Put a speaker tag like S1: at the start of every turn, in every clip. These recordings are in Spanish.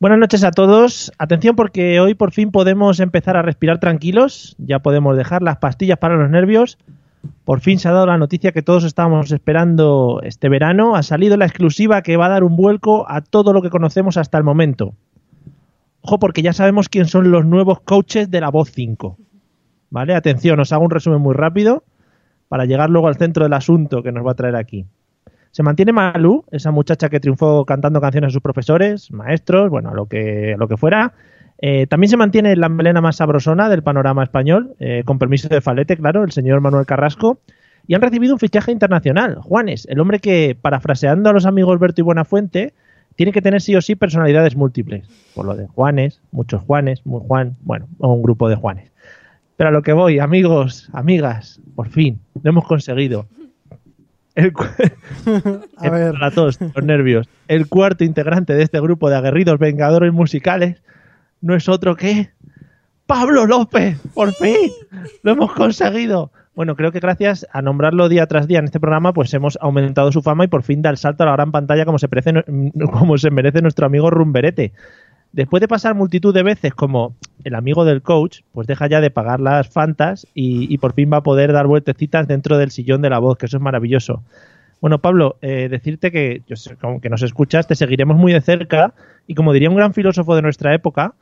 S1: Buenas noches a todos. Atención porque hoy por fin podemos empezar a respirar tranquilos. Ya podemos dejar las pastillas para los nervios. Por fin se ha dado la noticia que todos estábamos esperando este verano. Ha salido la exclusiva que va a dar un vuelco a todo lo que conocemos hasta el momento. Ojo porque ya sabemos quién son los nuevos coaches de la voz 5. ¿Vale? Atención, os hago un resumen muy rápido para llegar luego al centro del asunto que nos va a traer aquí. Se mantiene Malú, esa muchacha que triunfó cantando canciones a sus profesores, maestros, bueno, a lo que, a lo que fuera. Eh, también se mantiene la melena más sabrosona del panorama español, eh, con permiso de Falete, claro, el señor Manuel Carrasco. Y han recibido un fichaje internacional, Juanes, el hombre que, parafraseando a los amigos Berto y Buenafuente, tiene que tener sí o sí personalidades múltiples. Por lo de Juanes, muchos Juanes, muy Juan, bueno, un grupo de Juanes. Pero a lo que voy, amigos, amigas, por fin, lo hemos conseguido. El cu-
S2: A ver.
S1: Para todos, los nervios. El cuarto integrante de este grupo de aguerridos vengadores musicales no es otro que Pablo López. Por fin, lo hemos conseguido. Bueno, creo que gracias a nombrarlo día tras día en este programa, pues hemos aumentado su fama y por fin da el salto a la gran pantalla como se, merece, como se merece nuestro amigo Rumberete. Después de pasar multitud de veces como el amigo del coach, pues deja ya de pagar las fantas y, y por fin va a poder dar vueltecitas dentro del sillón de la voz, que eso es maravilloso. Bueno, Pablo, eh, decirte que, yo sé, como que nos escuchas, te seguiremos muy de cerca y como diría un gran filósofo de nuestra época,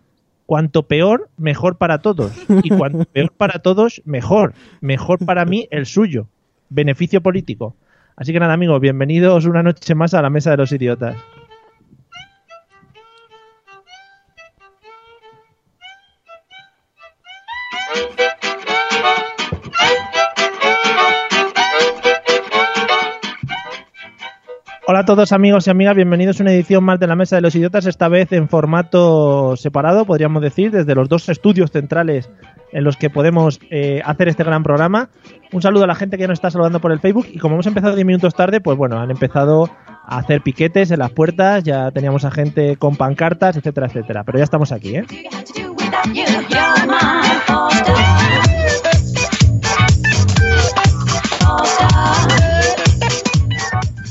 S1: cuanto peor, mejor para todos. Y cuanto peor para todos, mejor. Mejor para mí el suyo. Beneficio político. Así que nada, amigos, bienvenidos una noche más a la Mesa de los Idiotas. Hola a todos amigos y amigas, bienvenidos a una edición más de la Mesa de los Idiotas, esta vez en formato separado, podríamos decir, desde los dos estudios centrales en los que podemos eh, hacer este gran programa. Un saludo a la gente que nos está saludando por el Facebook y como hemos empezado 10 minutos tarde, pues bueno, han empezado a hacer piquetes en las puertas, ya teníamos a gente con pancartas, etcétera, etcétera, pero ya estamos aquí, ¿eh?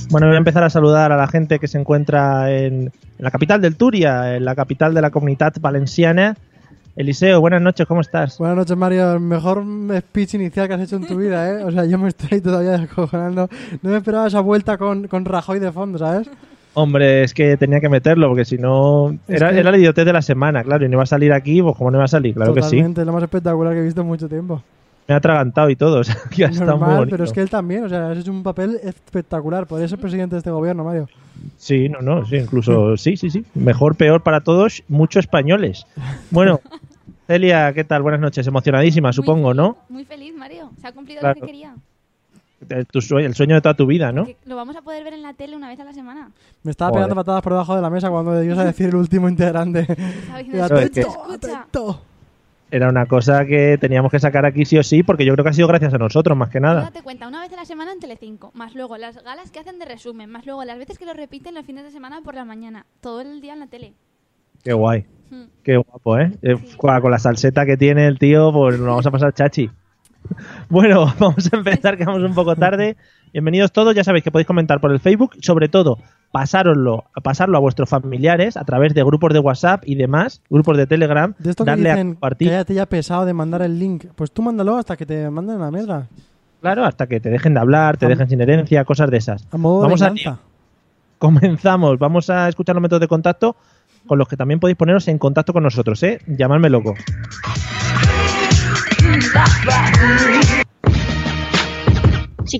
S1: Bueno, voy a empezar a saludar a la gente que se encuentra en, en la capital del Turia, en la capital de la comunidad valenciana. Eliseo, buenas noches, ¿cómo estás?
S2: Buenas noches, Mario. El mejor speech inicial que has hecho en tu vida, ¿eh? O sea, yo me estoy todavía descojonando. No me esperaba esa vuelta con, con Rajoy de fondo, ¿sabes?
S1: Hombre, es que tenía que meterlo, porque si no.
S2: Es
S1: Era,
S2: que-
S1: era el idiotez de la semana, claro, y no iba a salir aquí, pues como no iba a salir, claro que sí.
S2: Totalmente, es lo más espectacular que he visto en mucho tiempo.
S1: Me ha atragantado y todo, o sea, que ha estado muy
S2: Normal,
S1: bonito.
S2: pero es que él también, o sea, has hecho un papel espectacular. Podría ser presidente de este gobierno, Mario.
S1: Sí, no, no, sí, incluso sí, sí, sí. Mejor, peor para todos, muchos españoles. Bueno, Celia, ¿qué tal? Buenas noches, emocionadísima, supongo, ¿no?
S3: Muy feliz, Mario. Se ha cumplido lo
S1: Claro.
S3: que quería.
S1: El, tu sue- el sueño de toda tu vida, ¿no?
S3: Que lo vamos a poder ver en la tele una vez a la semana.
S2: Me estaba
S1: Joder.
S2: pegando patadas por debajo de la mesa cuando ibas a decir el último integrante.
S3: Estaba
S2: Era,
S3: diciendo,
S1: Eso es
S3: "Escucha,
S1: que-
S3: escucha".
S2: atento.
S1: Era una cosa que teníamos que sacar aquí sí o sí, porque yo creo que ha sido gracias a nosotros, más que
S3: Tú
S1: nada.
S3: Date cuenta, una vez a la semana en Telecinco, más luego las galas que hacen de resumen, más luego las veces que lo repiten los fines de semana por la mañana, todo el día en la tele.
S1: Qué guay.
S3: Hmm.
S1: Qué guapo, ¿eh? Eh,
S3: Sí.
S1: cua- Con la salseta que tiene el tío, pues nos vamos a pasar chachi. Bueno, vamos a empezar, que vamos un poco tarde. Bienvenidos todos, ya sabéis que podéis comentar por el Facebook, sobre todo pasároslo, pasarlo a vuestros familiares a través de grupos de WhatsApp y demás, grupos de Telegram,
S2: De esto que
S1: darle a
S2: dicen que
S1: compartir,
S2: ya te haya pesado de mandar el link, pues tú mándalo hasta que te manden la mierda.
S1: claro, hasta que te dejen de hablar, te
S2: Am-
S1: dejen sin herencia, cosas de esas.
S2: A modo
S1: Vamos
S2: de
S1: a-
S2: venganza.
S1: comenzamos. Vamos a escuchar los métodos de contacto con los que también podéis poneros en contacto con nosotros, ¿eh? Llamadme loco.
S4: Si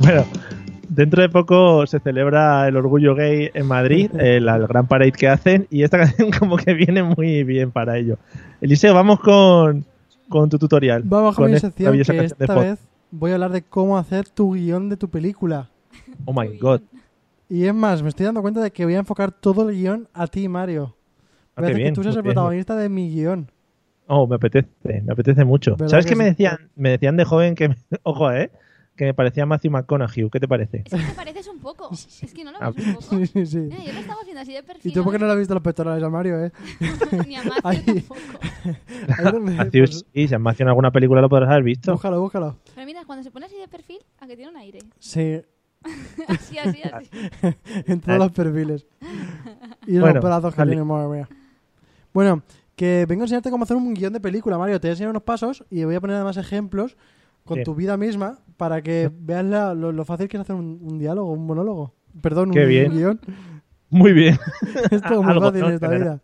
S1: Bueno, dentro de poco se celebra el Orgullo Gay en Madrid, el, el gran parade que hacen, y esta canción como que viene muy bien para ello. Eliseo, vamos con, con tu tutorial.
S2: Vamos con mi
S1: esta
S2: sección,
S1: maravillosa
S2: que
S1: canción de
S2: esta
S1: Foz.
S2: vez voy a hablar de cómo hacer tu guión de tu película.
S1: Oh my god.
S2: Y es más, me estoy dando cuenta de que voy a enfocar todo el guión a ti, Mario.
S1: Ah,
S2: Voy a
S1: qué
S2: hacer
S1: bien,
S2: que tú seas
S1: muy
S2: el
S1: bien.
S2: protagonista de mi guión.
S1: Oh, me apetece, me apetece mucho.
S2: ¿Verdad
S1: ¿Sabes
S2: que
S1: qué me
S2: sí?
S1: decían? Me decían de joven que, me- ojo, eh, que me parecía Matthew McConaughey. ¿Qué te parece?
S3: Es que te pareces un poco. Es que no
S1: Ah,
S3: lo ves un poco.
S2: Sí, sí, sí.
S3: Mira, yo lo estaba haciendo así de perfil.
S2: ¿Y tú por qué no le has visto los pectorales a Mario, eh?
S3: Ni a Matt, yo
S2: Ay.
S3: tampoco.
S2: Ahí donde-
S1: Matthew,
S2: pues,
S1: sí, si has Matthew en alguna película lo podrás haber visto.
S2: búscalo, búscalo.
S3: Pero mira, cuando se pone así de perfil, a que tiene un aire.
S2: Sí,
S3: Así, así, así.
S2: en todos los perfiles. Y
S1: Bueno,
S2: los brazos que
S1: dale.
S2: tiene, madre mía. Bueno, que vengo a enseñarte cómo hacer un guión de película, Mario. Te voy a enseñar unos pasos y voy a poner además ejemplos con
S1: Bien.
S2: tu vida misma para que veas la- lo, lo fácil que es hacer un, un diálogo, un monólogo. Perdón,
S1: Qué
S2: un,
S1: bien.
S2: guión.
S1: Muy bien.
S2: Esto es muy
S1: Algo,
S2: fácil
S1: ¿no?
S2: en esta vida.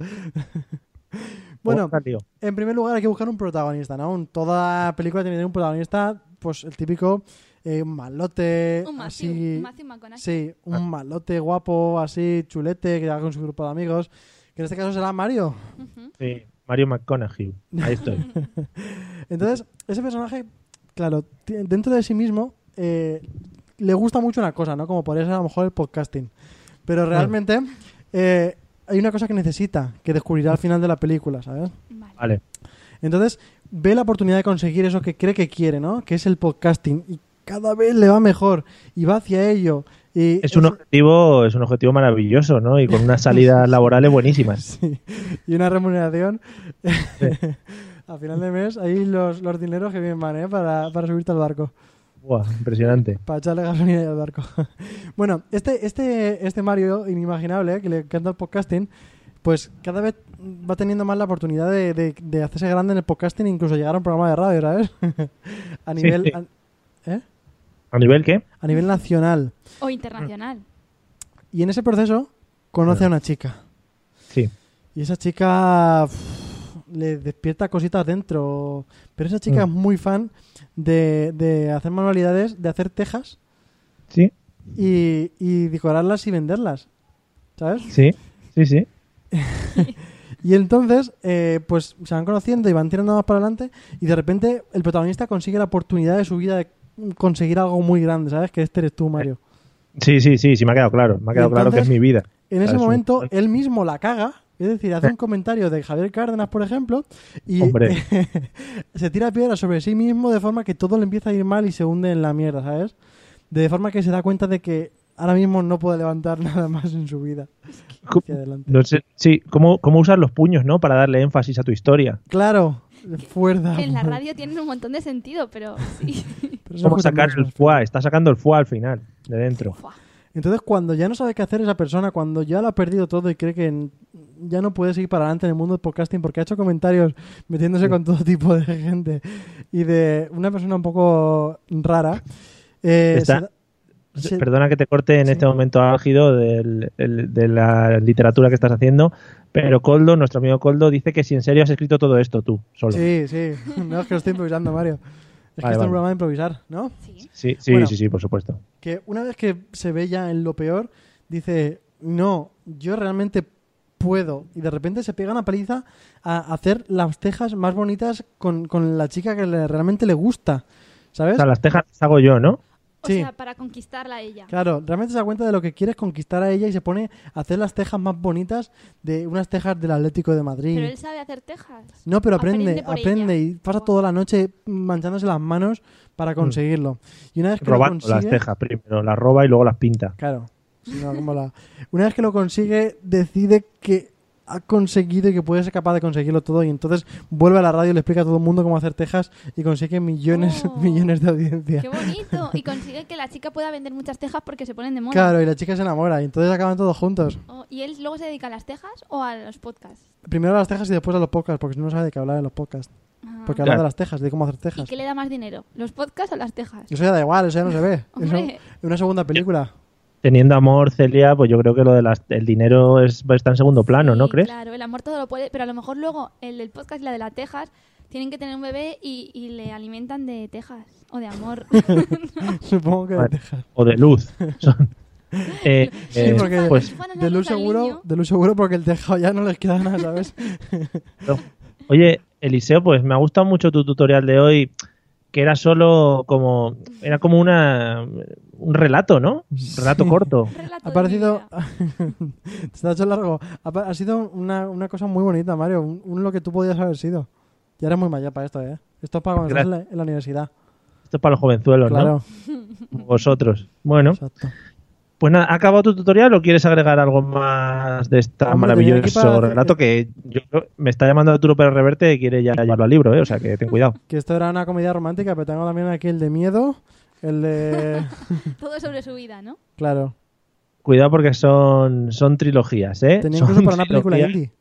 S2: bueno,
S1: Oh, tío.
S2: en primer lugar hay que buscar un protagonista, ¿no? Un- Toda película tiene que tener un protagonista, pues el típico eh, malote,
S3: Un Matthew,
S2: así...
S3: un Matthew McConaughey.
S2: Sí, un malote guapo, así, chulete, que va con su grupo de amigos. Que en este caso será Mario.
S1: Sí, Mario McConaughey. Ahí estoy.
S2: Entonces, ese personaje, claro, ti- dentro de sí mismo, eh, le gusta mucho una cosa, ¿no? Como podría ser a lo mejor el podcasting. Pero realmente eh, hay una cosa que necesita, que descubrirá al final de la película, ¿sabes?
S3: Vale.
S1: Vale.
S2: Entonces, ve la oportunidad de conseguir eso que cree que quiere, ¿no? Que es el podcasting. Y cada vez le va mejor y va hacia ello. Y
S1: Es un objetivo, es un objetivo maravilloso, ¿no? Y con unas salidas laborales buenísimas.
S2: Sí. Y una remuneración a final de mes. Ahí los, los dineros que bien van, ¿eh? Para, para subirte al barco.
S1: Buah, impresionante.
S2: Para echarle gasolina al barco. bueno, este, este, este Mario inimaginable, ¿eh? que le encanta el podcasting, pues cada vez va teniendo más la oportunidad de, de- de hacerse grande en el podcasting e incluso llegar a un programa de radio, ¿sabes? a,
S1: Sí.
S2: nivel, a,
S1: ¿A nivel qué?
S2: a nivel nacional.
S3: O internacional.
S2: Y en ese proceso conoce a una chica.
S1: Sí.
S2: Y esa chica uf, le despierta cositas dentro. Pero esa chica
S1: Mm.
S2: es muy fan de, de hacer manualidades, de hacer tejas
S1: Sí,
S2: y, y decorarlas y venderlas. ¿Sabes?
S1: sí, sí, sí.
S2: Y entonces, eh, pues se van conociendo y van tirando más para adelante. Y de repente, el protagonista consigue la oportunidad de su vida de conseguir algo muy grande, ¿sabes? Que este eres tú, Mario.
S1: Sí, sí, sí, sí, me ha quedado claro. Me ha quedado claro que es
S2: entonces-
S1: mi vida.
S2: En
S1: Claro,
S2: ese
S1: es un-
S2: momento, él mismo la caga. Es decir, hace un comentario de Javier Cárdenas, por ejemplo, y
S1: Hombre.
S2: se tira piedra sobre sí mismo de forma que todo le empieza a ir mal y se hunde en la mierda, ¿sabes? De forma que se da cuenta de que ahora mismo no puede levantar nada más en su vida.
S1: Co-
S2: Hacia adelante.
S1: No sé, sí, ¿cómo, cómo usar los puños, ¿no? Para darle énfasis a tu historia.
S2: Claro, fuerza.
S3: Que en la radio tienen un montón de sentido, pero sí.
S2: Pero eso
S1: ¿Cómo
S2: escucha
S1: sacar
S2: más,
S1: el
S2: más.
S1: fuá? Está sacando el fuá al final, de dentro.
S3: Fua.
S2: Entonces, cuando ya no sabe qué hacer esa persona, cuando ya lo ha perdido todo y cree que n- ya no puede seguir para adelante en el mundo del podcasting porque ha hecho comentarios metiéndose con todo tipo de gente y de una persona un poco rara, eh,
S1: Está-
S2: se da- se-
S1: Perdona que te corte en
S2: Sí.
S1: este momento álgido del- el- de la literatura que estás haciendo, pero Coldo, nuestro amigo Coldo, dice que si en serio has escrito todo esto tú, solo. Sí,
S2: Sí, sí. No, es que lo estoy improvisando, Mario. Es que
S1: Vale,
S2: esto es
S1: vale.
S2: un programa de improvisar, ¿no?
S3: Sí.
S1: sí, sí,
S2: Bueno.
S1: sí, por supuesto.
S2: Que una vez que se ve ya en lo peor, dice, no, yo realmente puedo. Y de repente se pega una paliza a hacer las tejas más bonitas con, con la chica que le- realmente le gusta.
S1: O
S2: ¿Sabes?
S1: sea, las tejas las hago yo, ¿no?
S3: O
S2: Sí.
S3: sea, para conquistarla a ella.
S2: Claro, realmente se da cuenta de lo que quiere es conquistar a ella y se pone a hacer las tejas más bonitas de unas tejas del Atlético de Madrid.
S3: Pero él sabe hacer tejas.
S2: No, pero aprende,
S3: Aprende por
S2: aprende
S3: ella.
S2: y pasa toda la noche manchándose las manos para conseguirlo. Y una vez que
S1: Robando
S2: lo
S1: Mm. las
S2: consigue,
S1: tejas primero, las roba y luego las pinta.
S2: Claro. si no, ¿cómo la- Una vez que lo consigue, decide que ha conseguido y que puede ser capaz de conseguirlo todo. Y entonces vuelve a la radio y le explica a todo el mundo cómo hacer tejas y consigue millones,
S3: Oh.
S2: millones de audiencia.
S3: ¡Qué bonito! Y consigue que la chica pueda vender muchas tejas porque se ponen de moda.
S2: Claro, y la chica se enamora y entonces acaban todos juntos.
S3: Oh, ¿Y él luego se dedica a las tejas o a los podcasts?
S2: Primero a las tejas y después a los podcasts, porque si no no sabe de qué hablar en los podcasts.
S3: Ah.
S2: Porque
S1: Claro.
S2: habla de las tejas, de cómo hacer
S3: ¿Y
S2: tejas.
S3: qué le da más dinero? ¿Los podcasts o las tejas?
S2: Eso ya da igual, eso ya no se ve. Eso-
S3: Hombre.
S2: en una segunda película.
S1: Teniendo amor, Celia, pues yo creo que lo del el dinero es, está en segundo plano, ¿no
S3: Sí,
S1: crees?
S3: Claro, el amor todo lo puede, pero a lo mejor luego el del podcast y la de las tejas tienen que tener un bebé y, y le alimentan de tejas o de amor.
S2: Supongo que de
S1: Vale.
S2: tejas.
S1: O de luz. Son- eh,
S2: Sí,
S1: eh,
S2: porque
S1: pues,
S3: Enchufan una
S2: de luz
S3: luz al
S2: seguro,
S3: niño.
S2: de luz seguro porque el tejado ya no les queda nada, ¿sabes?
S1: pues, oye, Eliseo, pues me ha gustado mucho tu tutorial de hoy, que era solo como, era como una, un relato, ¿no? Un relato corto.
S3: Relato
S2: Ha
S3: de
S2: parecido.
S3: mi vida.
S2: Se te ha hecho largo. Ha, pa- ha sido una, una cosa muy bonita, Mario. Un, un lo que tú podías haber sido. Ya eres muy mayor para esto, ¿eh? Esto es para cuando estás en la, en la universidad.
S1: Esto es para los jovenzuelos,
S2: claro,
S1: ¿no? Como Vosotros. Bueno,
S2: exacto.
S1: pues nada, ¿ha acabado tu tutorial o quieres agregar algo más de este
S2: Hombre, tenía aquí
S1: maravilloso
S2: para hacer-
S1: relato que yo me está llamando Arturo Pérez Reverte y quiere ya llevarlo al libro, ¿eh? O sea que ten cuidado.
S2: Que esto era una comedia romántica, pero tengo también aquí el de miedo. El de.
S3: Todo sobre su vida, ¿no?
S2: Claro.
S1: Cuidado porque son, son trilogías, ¿eh?
S2: Tenía
S1: Son
S2: incluso para una película
S1: trilogías.
S2: indie.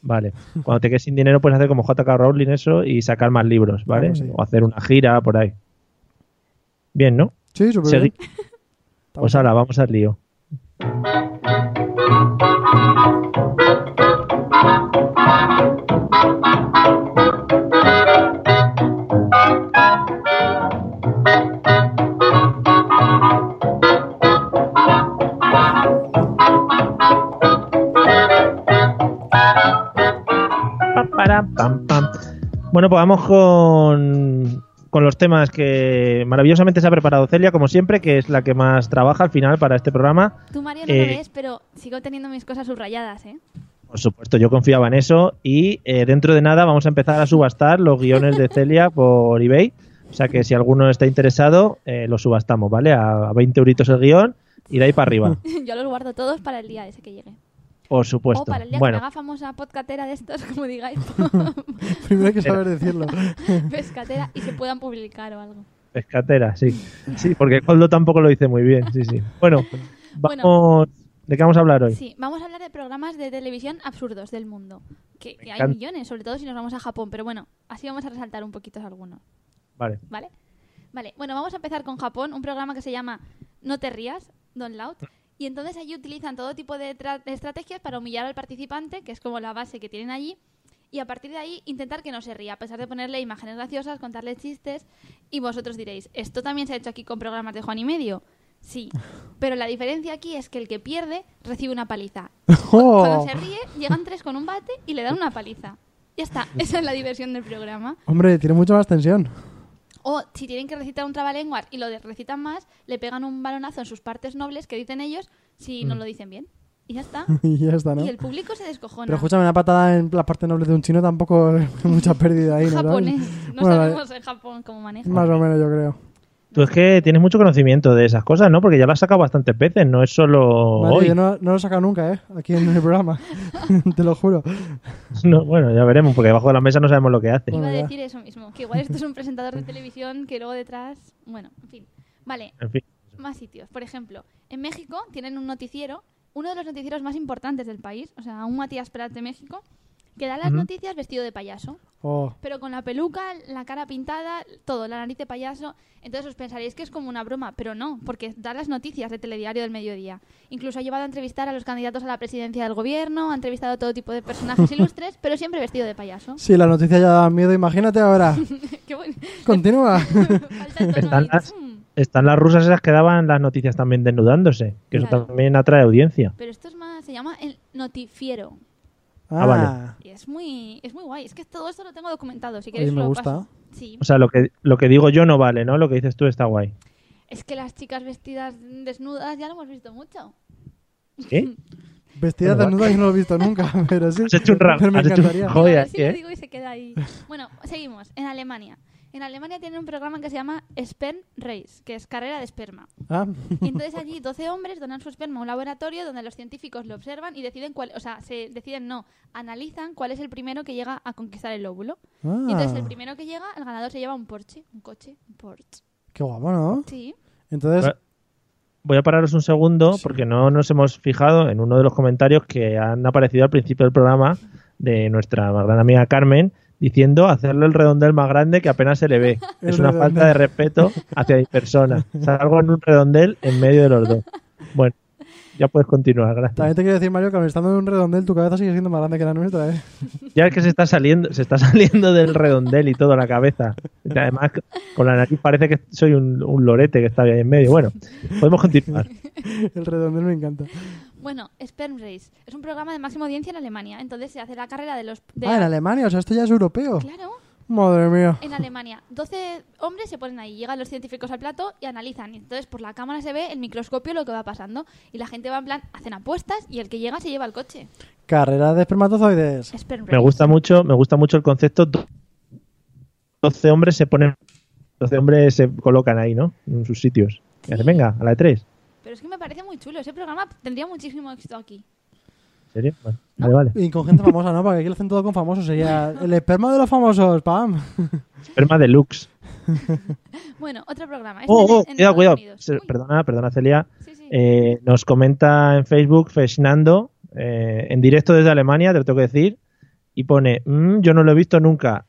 S1: Vale. Cuando te quedes sin dinero puedes hacer como JK Rowling eso y sacar más libros, ¿vale?
S2: Claro, sí.
S1: O hacer una gira por ahí. Bien, ¿no?
S2: Sí, súper
S1: Seguí.
S2: bien.
S1: Pues ahora vamos al lío. Pam, param, pam, pam. Bueno, pues vamos con, con los temas que maravillosamente se ha preparado Celia, como siempre, que es la que más trabaja al final para este programa.
S3: Tú, Mario, no
S1: Eh.
S3: lo ves, pero sigo teniendo mis cosas subrayadas, ¿eh?
S1: Por supuesto, yo confiaba en eso y eh, dentro de nada vamos a empezar a subastar los guiones de Celia por eBay. O sea que si alguno está interesado, eh, lo subastamos, ¿vale? A, a 20 euritos el guión y de ahí para arriba.
S3: Yo los guardo todos para el día ese que llegue.
S1: Por supuesto.
S3: o Oh, para el día
S1: bueno,
S3: que me haga famosa podcatera de estos, como digáis,
S2: Primero hay que saber decirlo.
S3: pescatera, y se puedan publicar o algo.
S1: pescatera, sí. Sí, porque Coldo tampoco lo dice muy bien, sí, sí. Bueno, vamos...
S3: Bueno.
S1: ¿De qué vamos a hablar hoy?
S3: Sí, vamos a hablar de programas de televisión absurdos del mundo. Que, que hay
S1: encanta.
S3: millones, sobre todo si nos vamos a Japón, pero bueno, así vamos a resaltar un poquito algunos,
S1: Vale.
S3: ¿vale? Vale, bueno, vamos a empezar con Japón, un programa que se llama No te rías, Don't Loud. Y entonces allí utilizan todo tipo de tra- de estrategias para humillar al participante, que es como la base que tienen allí. Y a partir de ahí intentar que no se ría, a pesar de ponerle imágenes graciosas, contarle chistes. Y vosotros diréis, ¿esto también se ha hecho aquí con programas de Juan y Medio? Sí, pero la diferencia aquí es que el que pierde recibe una paliza cuando
S2: ¡Oh!
S3: se ríe, llegan tres con un bate y le dan una paliza. Ya está, esa es la diversión del programa.
S2: Hombre, tiene mucha más tensión.
S3: O si tienen que recitar un trabalenguas y lo de- recitan más, le pegan un balonazo en sus partes nobles que dicen ellos si no lo dicen bien. Y ya está.
S2: y Mm. ya está, ¿no?
S3: Y el público se descojona.
S2: Pero escúchame, una patada en la parte noble de un chino tampoco es mucha pérdida ahí, ¿no? ¿Sabes?
S3: Japonés. No
S2: Bueno,
S3: sabemos en Japón cómo manejan.
S2: Más o menos, yo creo.
S1: Tú es que tienes mucho conocimiento de esas cosas, ¿no? Porque ya lo has sacado bastantes veces, no es solo
S2: Mario,
S1: hoy.
S2: yo no, no lo he sacado nunca, ¿eh? Aquí en el programa. Te lo juro.
S1: No, bueno, ya veremos, porque debajo de la mesa no sabemos lo que hace.
S3: Iba a
S2: Bueno, ya.
S3: decir eso mismo, que igual esto es un presentador de televisión que luego detrás... Bueno, en fin. Vale,
S1: En fin.
S3: más sitios. Por ejemplo, en México tienen un noticiero, uno de los noticieros más importantes del país, o sea, un Matías Prat de México, que da las
S1: Ujú.
S3: noticias vestido de payaso,
S2: Oh,
S3: pero con la peluca, la cara pintada, todo, la nariz de payaso. Entonces os pensaréis que es como una broma, pero no, porque da las noticias de Telediario del Mediodía. Incluso ha llevado a entrevistar a los candidatos a la presidencia del gobierno, ha entrevistado a todo tipo de personajes ilustres, pero siempre vestido de payaso.
S2: sí, la noticia ya da miedo. Imagínate ahora.
S3: Qué bueno.
S2: Continúa.
S3: Falta el tono
S1: Están
S3: ahí.
S1: las-
S3: Mm.
S1: Están las rusas esas que daban las noticias también desnudándose, que
S3: Claro.
S1: eso también atrae audiencia.
S3: Pero esto es más, se llama el notifiero.
S2: Ah,
S1: vale.
S3: Y es muy, es muy guay. Es que todo esto lo tengo documentado. Si
S2: Oye,
S3: queréis, os
S2: me
S3: lo
S2: gusta.
S3: paso. Sí.
S1: O sea, lo que, lo que digo yo no vale, ¿no? Lo que dices tú está guay.
S3: Es que las chicas vestidas desnudas ya lo hemos visto mucho.
S1: ¿Sí?
S2: Vestida
S1: Bueno,
S2: desnuda yo no lo he visto nunca, pero sí.
S1: Has hecho un raro.
S2: Pero me
S1: Has hecho
S2: encantaría.
S1: un joya,
S3: A ver si
S2: ¿eh?
S3: lo digo y se queda ahí. Bueno, seguimos. En Alemania. En Alemania tienen un programa que se llama Sperm Race, que es carrera de esperma.
S2: Ah,
S3: Y entonces allí 12 hombres donan su esperma a un laboratorio donde los científicos lo observan y deciden cuál, o sea, se deciden no, analizan cuál es el primero que llega a conquistar el óvulo. Y entonces el
S2: ah,
S3: primero que llega, el ganador se lleva un Porsche, un coche, un Porsche.
S2: qué guapo, ¿no?
S3: Sí.
S2: Entonces,
S1: Pero- Voy a pararos un segundo porque no nos hemos fijado en uno de los comentarios que han aparecido al principio del programa de nuestra gran amiga Carmen, diciendo hacerle el redondel más grande que apenas se le ve.
S2: El
S1: es una
S2: redondel.
S1: falta de respeto hacia mi persona. Salgo en un redondel en medio de los dos. Bueno, ya puedes continuar, gracias.
S2: También te quiero decir, Mario, que aun estando en un redondel, tu cabeza sigue siendo más grande que la nuestra, ¿eh?
S1: Ya es que se está saliendo, se está saliendo del redondel y todo la cabeza. Y Además, con la nariz parece que soy un, un lorete que está ahí en medio. Bueno, podemos continuar.
S2: El redondel me encanta.
S3: Bueno, Sperm Race es un programa de máxima audiencia en Alemania. Entonces se hace la Eh. carrera de los. de-
S2: Ah, en Alemania, o sea, esto ya es europeo.
S3: Claro,
S2: Madre mía.
S3: en Alemania. 12 hombres se ponen ahí. Llegan los científicos al plato y analizan. Y Entonces por la cámara se ve el microscopio lo que va pasando. Y la gente va en plan, hacen apuestas y el que llega se lleva el coche.
S2: Carrera de espermatozoides.
S3: Sperm Race.
S1: Me gusta mucho, me gusta mucho el concepto. do- 12 hombres se ponen, 12 hombres se colocan ahí, ¿no? En sus sitios. Y hacen, venga, a la de tres.
S3: Pero es que me parece muy chulo. Ese programa tendría muchísimo éxito aquí.
S1: ¿En serio? Bueno, vale, vale.
S2: Y con gente famosa, ¿no? Porque aquí lo hacen todo con famosos. Sería el esperma de los famosos, pam.
S1: Esperma deluxe.
S3: Bueno, otro programa. Este
S1: Oh, oh,
S3: en- en
S1: cuidado,
S3: Estados
S1: cuidado.
S3: Unidos.
S1: Se-
S3: Uy,
S1: Perdona, perdona, Celia.
S3: sí, sí.
S1: Eh, nos comenta en Facebook Fernando, eh, en directo desde Alemania, te lo tengo que decir, y pone, "Mm, yo no lo he visto nunca,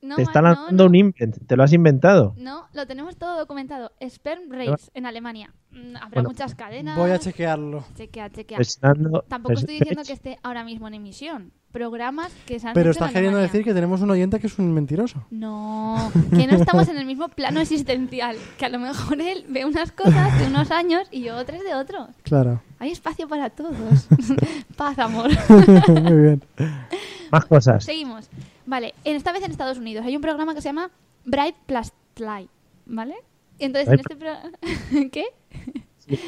S3: No,
S1: te está
S3: no,
S1: lanzando
S3: no.
S1: un invent, te lo has inventado.
S3: No, lo tenemos todo documentado. Sperm
S1: No.
S3: Race en Alemania. Mm, Habrá
S1: Bueno. Pues,
S3: muchas cadenas.
S2: Voy a chequearlo.
S3: Chequea, chequea.
S1: Fernando,
S3: Tampoco estoy
S1: Fernando-
S3: diciendo que esté ahora mismo en emisión. Programas que se han
S2: Pero
S3: hecho en
S2: estás queriendo
S3: Alemania.
S2: decir que tenemos un oyente que es un mentiroso.
S3: No, que no estamos en el mismo plano existencial. Que a lo mejor él ve unas cosas de unos años y yo otras de otros.
S2: Claro.
S3: Hay espacio para todos. Paz, amor.
S2: Muy bien.
S1: Más cosas.
S3: Seguimos. Vale, en, esta vez en Estados Unidos hay un programa que se llama Bright Plus Light, ¿vale? Y entonces en
S1: Bright
S3: este programa... ¿Qué?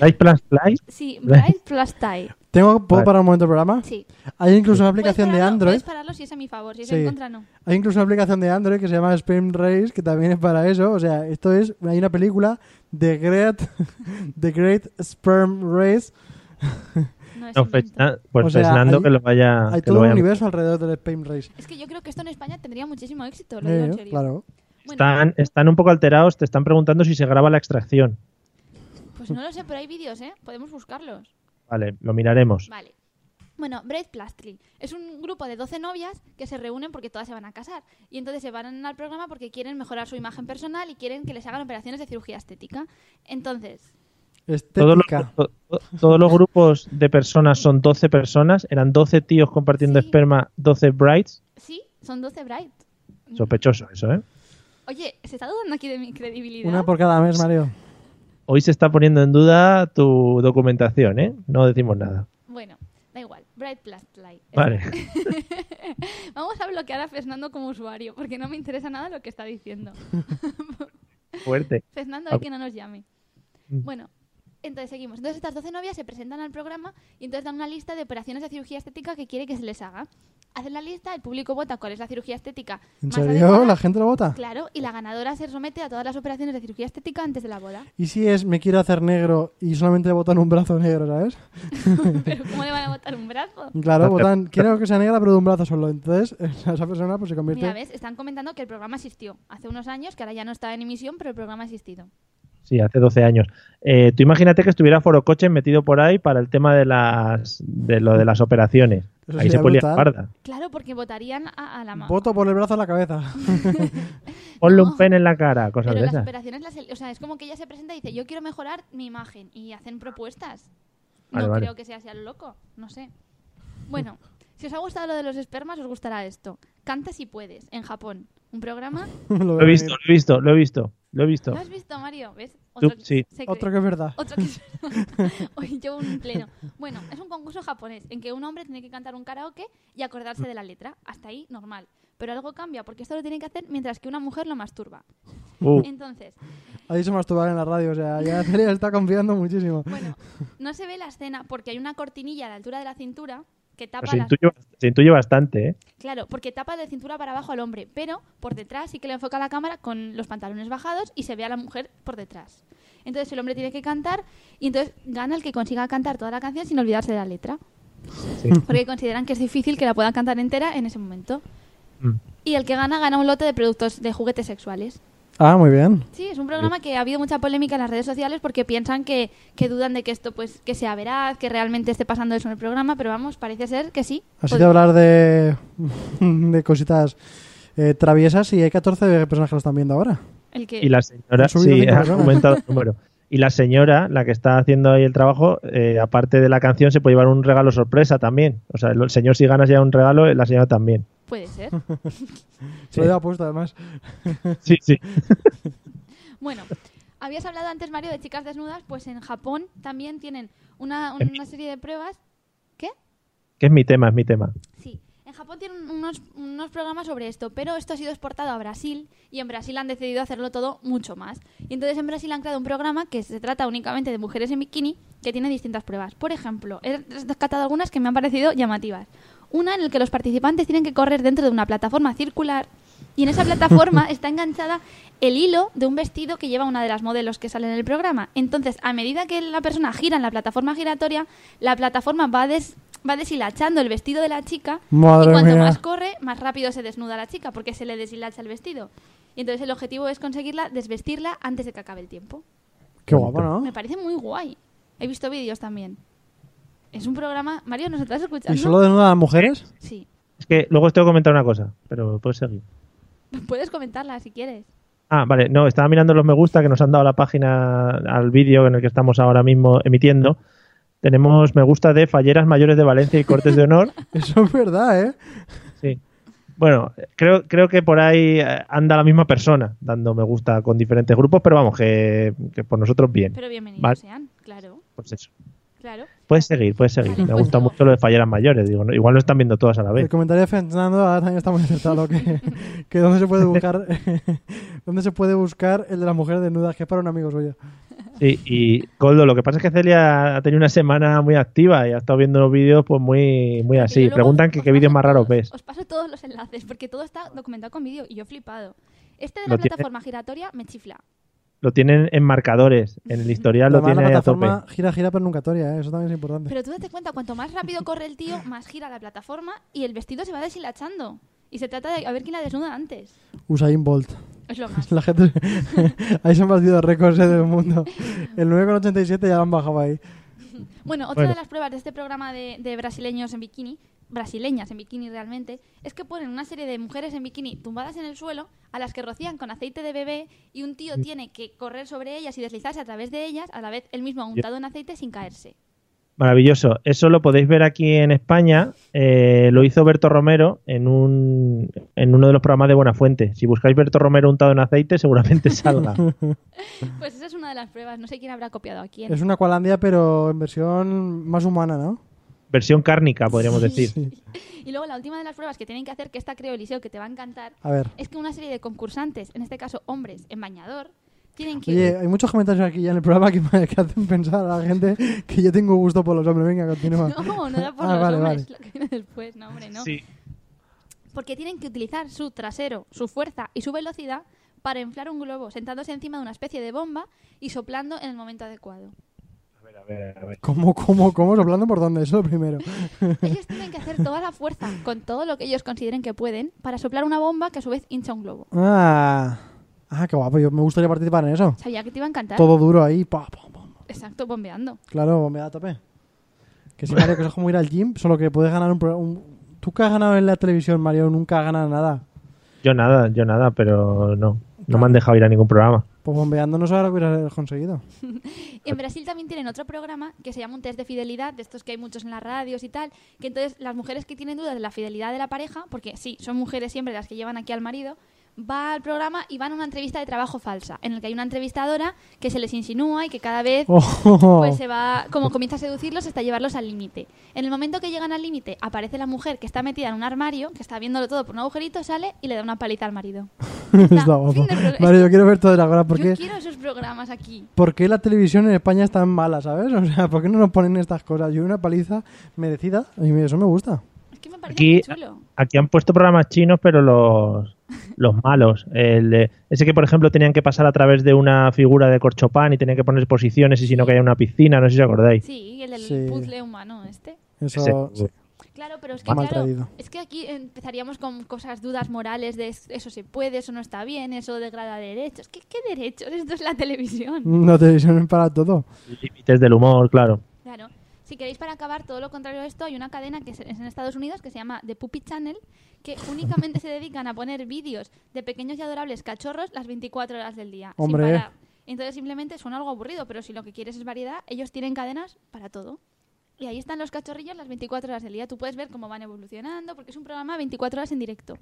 S1: Light Plus Light,
S3: Sí, Bright Plus Light.
S2: ¿Tengo, ¿Puedo
S1: Vale.
S2: parar un momento el programa?
S3: Sí.
S2: Hay incluso una
S3: Puedes
S2: aplicación de
S3: pararlo-
S2: Android.
S3: Puedes pararlo si es a mi favor, si es
S2: Sí.
S3: en contra no.
S2: Hay incluso una aplicación de Android que se llama Spain Race, que también es para eso. O sea, esto es. Hay una película, The Great, The Great Sperm Race.
S3: No es
S1: No,
S3: invento.
S1: Fernan- pues
S2: O sea,
S1: Fernando
S2: hay-
S1: que lo vaya...
S2: Hay
S1: Ah, que lo
S2: todo un
S1: vaya-
S2: universo alrededor del Spain Race.
S3: Es que yo creo que esto en España tendría muchísimo éxito, lo digo en
S2: Eh,
S3: serio.
S2: claro.
S3: Bueno,
S1: Están, están un poco alterados, te están preguntando si se graba la extracción.
S3: pues no lo sé, pero hay vídeos, ¿eh? Podemos buscarlos.
S1: Vale, lo miraremos.
S3: Vale. Bueno, Brave Plastry es un grupo de 12 novias que se reúnen porque todas se van a casar. Y entonces se van al programa porque quieren mejorar su imagen personal y quieren que les hagan operaciones de cirugía estética. Entonces,
S1: Todos los,
S2: Estética.
S1: to- to- todos los grupos de personas son 12 personas, eran 12 tíos compartiendo
S3: Sí.
S1: esperma, 12 brights.
S3: sí, son 12 Bright. Mm.
S1: Sospechoso eso, ¿eh?
S3: Oye, se está dudando aquí de mi credibilidad.
S2: Una por cada
S3: Pues,
S2: mes, Mario.
S1: Hoy se está poniendo en duda tu documentación, ¿eh? No decimos nada.
S3: Bueno, da igual. Bright Plastry.
S1: Vale.
S3: Vamos a bloquear a Fernando como usuario porque no me interesa nada lo que está diciendo.
S1: Fuerte.
S3: Fernando,
S1: Ah.
S3: que no nos llame.
S1: Mm.
S3: Bueno, entonces seguimos. Entonces estas 12 novias se presentan al programa y entonces dan una lista de operaciones de cirugía estética que quiere que se les haga. Hacen la lista, el público vota cuál es la cirugía estética.
S2: ¿En
S3: más
S2: serio?
S3: adecuada.
S2: ¿La gente lo vota?
S3: Claro, y la ganadora se somete a todas las operaciones de cirugía estética antes de la boda.
S2: ¿Y si es me quiero hacer negro y solamente votan un brazo negro, ¿sabes?
S3: Pero ¿cómo le van a votar un brazo?
S2: Claro,
S1: No te-
S2: votan, quiero que sea negra, pero de un brazo solo. Entonces, esa persona pues, se
S3: Mira,
S2: convierte.
S3: ves, están comentando que el programa existió hace unos años, que ahora ya no está en emisión, pero el programa ha existido.
S1: Sí, hace 12 años. Eh, tú imagínate que estuviera Foro Coche metido por ahí para el tema de las de lo de las operaciones.
S2: Eso
S1: ahí
S2: sería
S1: se ponía
S2: brutal.
S1: parda.
S3: Claro, porque votarían a, a la ma-
S2: Voto por el brazo a la cabeza.
S1: Ponle
S3: No.
S1: un pen en la cara, cosas
S3: Pero
S1: de
S3: las
S1: esas.
S3: operaciones, las el- o sea, es como que ella se presenta y dice, yo quiero mejorar mi imagen y hacen propuestas.
S1: Vale,
S3: no
S1: vale.
S3: creo que sea así a lo loco, no sé. Bueno, si os ha gustado lo de los espermas, os gustará esto. Canta si puedes, en Japón. Un programa...
S2: Lo
S1: Lo he
S2: veo
S1: visto,
S2: venir.
S1: lo he visto, lo he visto, lo he visto.
S3: ¿Lo has visto, Mario? ¿Ves?
S1: Tú- sí.
S3: se cree-
S2: Otro que es verdad.
S3: Otro que... Hoy yo un pleno. Bueno, es un concurso japonés en que un hombre tiene que cantar un karaoke y acordarse de la letra. Hasta ahí, normal. Pero algo cambia, porque esto lo tiene que hacer mientras que una mujer lo masturba.
S1: Uh,
S3: Entonces,
S2: Ha dicho masturbar en la radio, o sea, ya Celia está confiando muchísimo.
S3: Bueno, no se ve la escena porque hay una cortinilla a la altura de la cintura que tapa
S1: pues se
S3: la-
S1: intuye, se intuye bastante, ¿eh?
S3: claro, porque tapa de cintura para abajo al hombre, pero por detrás sí que le enfoca la cámara con los pantalones bajados y se ve a la mujer por detrás. Entonces el hombre tiene que cantar y entonces gana el que consiga cantar toda la canción sin olvidarse de la letra,
S1: Sí.
S3: porque consideran que es difícil que la pueda cantar entera en ese momento.
S1: Mm.
S3: Y el que gana gana un lote de productos de juguetes sexuales.
S2: Ah, muy bien.
S3: Sí, es un programa que ha habido mucha polémica en las redes sociales porque piensan que, que dudan de que esto pues que sea veraz, que realmente esté pasando eso en Pues el programa, pero vamos, parece ser que sí.
S2: Así
S3: Pod-
S2: de hablar de, de cositas eh, traviesas y hay 14 personas que lo están viendo ahora.
S3: El que...
S1: Y la señora,
S2: Han subido
S1: sí,
S2: cinco
S1: ha
S2: personas.
S1: aumentado el número. Y la señora, la que está haciendo ahí el trabajo, eh, aparte de la canción, se puede llevar un regalo sorpresa también. O sea, el señor si ganas ya un regalo, la señora también.
S3: Puede ser.
S2: Se lo lleva puesto además.
S1: Sí, sí.
S3: Bueno, habías hablado antes, Mario, de chicas desnudas, pues en Japón también tienen una,
S1: En-
S3: una serie de pruebas. ¿Qué?
S1: Que es mi tema, es mi tema.
S3: Sí. En Japón tienen unos, unos programas sobre esto, pero esto ha sido exportado a Brasil y en Brasil han decidido hacerlo todo mucho más. Y entonces en Brasil han creado un programa que se trata únicamente de mujeres en bikini que tiene distintas pruebas. Por ejemplo, he rescatado algunas que me han parecido llamativas. Una en la que los participantes tienen que correr dentro de una plataforma circular y en esa plataforma está enganchada el hilo de un vestido que lleva una de las modelos que sale en el programa. Entonces, a medida que la persona gira en la plataforma giratoria, la plataforma va, des- va deshilachando el vestido de la chica
S2: Madre
S3: y cuanto
S2: mía.
S3: más corre, más rápido se desnuda la chica porque se le deshilacha el vestido. Y entonces el objetivo es conseguirla, desvestirla antes de que acabe el tiempo.
S2: Qué guapo, ¿no?
S3: Me parece muy guay. He visto vídeos también. Es un programa... Mario, ¿nos estás escuchando?
S2: ¿Y solo desnuda a las mujeres?
S3: Sí.
S1: Es que luego os tengo que comentar una cosa, pero puedes seguir.
S3: Puedes comentarla si quieres.
S1: Ah, vale, no, estaba mirando los me gusta que nos han dado la página al vídeo en el que estamos ahora mismo emitiendo. Tenemos me gusta de falleras mayores de Valencia y cortes de honor.
S2: Eso es verdad, ¿eh?
S1: Sí. Bueno, creo, creo que por ahí eh, anda la misma persona dando me gusta con diferentes grupos, pero vamos, que, que por nosotros bien.
S3: Pero bienvenidos
S1: Vale.
S3: sean, claro,
S1: Pues eso.
S3: claro.
S1: Puedes seguir, puedes seguir.
S3: Vale,
S1: me
S3: pues
S1: gusta
S3: no.
S1: mucho lo de falleras mayores. Digo, ¿no? Igual lo están viendo todas a la
S2: El
S1: vez.
S2: comentario de Fernando ahora también está muy acertado. lo Que, que dónde se puede buscar dónde se puede buscar el de las mujeres desnudas, que es para un amigo suyo.
S1: Sí, y Goldo, lo que pasa es que Celia ha tenido una semana muy activa y ha estado viendo los vídeos pues muy, muy
S3: Que yo
S1: así.
S3: luego
S1: Preguntan que
S3: os
S1: qué vídeos
S3: paso
S1: más raros
S3: todos-
S1: ves.
S3: Os paso todos los enlaces, porque todo está documentado con vídeo y yo he flipado. Este de la
S1: Lo tiene-
S3: plataforma giratoria me chifla.
S1: Lo tienen en marcadores, en el historial lo
S2: Además,
S1: tiene
S2: la
S1: ahí a tope.
S2: plataforma gira, gira, pero nunca toria, ¿eh? Eso también es importante.
S3: Pero tú date cuenta, cuanto más rápido corre el tío, más gira la plataforma y el vestido se va deshilachando. Y se trata de a ver quién la desnuda antes.
S2: Usain Bolt.
S3: Es lo más.
S2: La gente... ahí se han batido récords eh, del mundo. El 9,87 ya lo han bajado ahí.
S3: Bueno, otra
S1: Bueno.
S3: de las pruebas de este programa de, de brasileños en bikini, brasileñas en bikini realmente, es que ponen una serie de mujeres en bikini tumbadas en el suelo a las que rocían con aceite de bebé y un tío tiene que correr sobre ellas y deslizarse a través de ellas, a la vez él mismo untado en aceite sin caerse.
S1: Maravilloso. Eso lo podéis ver aquí en España. Eh, lo hizo Berto Romero en, un, en uno de los programas de Buenafuente. Si buscáis Berto Romero untado en aceite, seguramente salga.
S3: Pues esa es una de las pruebas, no sé quién habrá copiado a quién.
S2: Es una Aqualandia, pero en versión más humana, ¿no?
S1: Versión cárnica, podríamos decir.
S2: Sí.
S3: Y luego la última de las pruebas que tienen que hacer, que esta creo Eliseo que te va a encantar,
S2: A ver.
S3: es que una serie de concursantes, en este caso hombres en bañador, tienen que...
S2: Oye, hay muchos comentarios aquí ya en el programa que, me- que hacen pensar a la gente que yo tengo gusto por los hombres. Venga, continúa.
S3: No, no da por
S2: Ah,
S3: los
S2: vale,
S3: hombres, lo que viene después, no hombre, no.
S1: Sí.
S3: porque tienen que utilizar su trasero, su fuerza y su velocidad para inflar un globo, sentándose encima de una especie de bomba y soplando en el momento adecuado.
S1: A ver, a ver.
S2: ¿Cómo, cómo, cómo? ¿Soplando por dónde? Eso es lo primero.
S3: Ellos tienen que hacer toda la fuerza, con todo lo que ellos consideren que pueden, para soplar una bomba que a su vez hincha un globo.
S2: Ah, ah, qué guapo. Yo me gustaría participar en eso.
S3: Sabía que te iba a encantar.
S2: Todo duro ahí. pa, pa, pa.
S3: Exacto, bombeando.
S2: Claro, me da tope. Que sí, Mario, que eso es como ir al gym, solo que puedes ganar un, pro- un- Tú que has ganado en la televisión, Mario, nunca has ganado nada.
S1: Yo nada, yo nada, pero no. No me han dejado ir a ningún programa.
S2: Pues bombeando no sabes lo que hubieras conseguido.
S3: Y en Brasil también tienen otro programa que se llama un test de fidelidad, de estos que hay muchos en las radios y tal, que entonces las mujeres que tienen dudas de la fidelidad de la pareja, porque sí, son mujeres siempre las que llevan aquí al marido, va al programa y van a una entrevista de trabajo falsa, en el que hay una entrevistadora que se les insinúa y que cada vez
S2: Oh,
S3: pues se va, como comienza a seducirlos hasta llevarlos al límite. En el momento que llegan al límite, aparece la mujer que está metida en un armario, que está viéndolo todo por un agujerito, sale y le da una paliza al marido.
S2: está
S3: no,
S2: guapo.
S3: fin del programa.
S2: Mario, yo quiero ver todo de la hora. ¿Por
S3: Yo
S2: qué,
S3: quiero esos programas aquí.
S2: por qué la televisión en España es tan mala, sabes? O sea, ¿por qué no nos ponen estas cosas? Yo una paliza merecida y me- eso me gusta.
S3: Es que me parece
S1: Aquí,
S3: muy chulo.
S1: aquí han puesto programas chinos, pero los, los malos. El de- ese que, por ejemplo, tenían que pasar a través de una figura de corchopán y tenían que poner posiciones y si no caía en una piscina, no sé si os acordáis.
S3: Sí, el del
S2: Sí.
S3: puzzle humano este.
S2: Eso.
S1: Ese-
S3: Claro, pero es que
S2: Mal
S3: claro,
S2: traído.
S3: es que aquí empezaríamos con cosas, dudas morales de es- eso se puede, eso no está bien, eso degrada derechos. ¿Qué, qué derechos? Esto es la televisión.
S2: La televisión es para todo.
S1: Límites del humor, claro.
S3: Claro. Si queréis para acabar todo lo contrario de esto, hay una cadena que es es en Estados Unidos que se llama The Puppy Channel, que únicamente se dedican a poner vídeos de pequeños y adorables cachorros las 24 horas del día. sin
S2: Hombre.
S3: parar. Entonces simplemente suena algo aburrido, pero si lo que quieres es variedad, ellos tienen cadenas para todo. Y ahí están los cachorrillos las 24 horas del día. Tú puedes ver cómo van evolucionando, porque es un programa 24 horas en directo.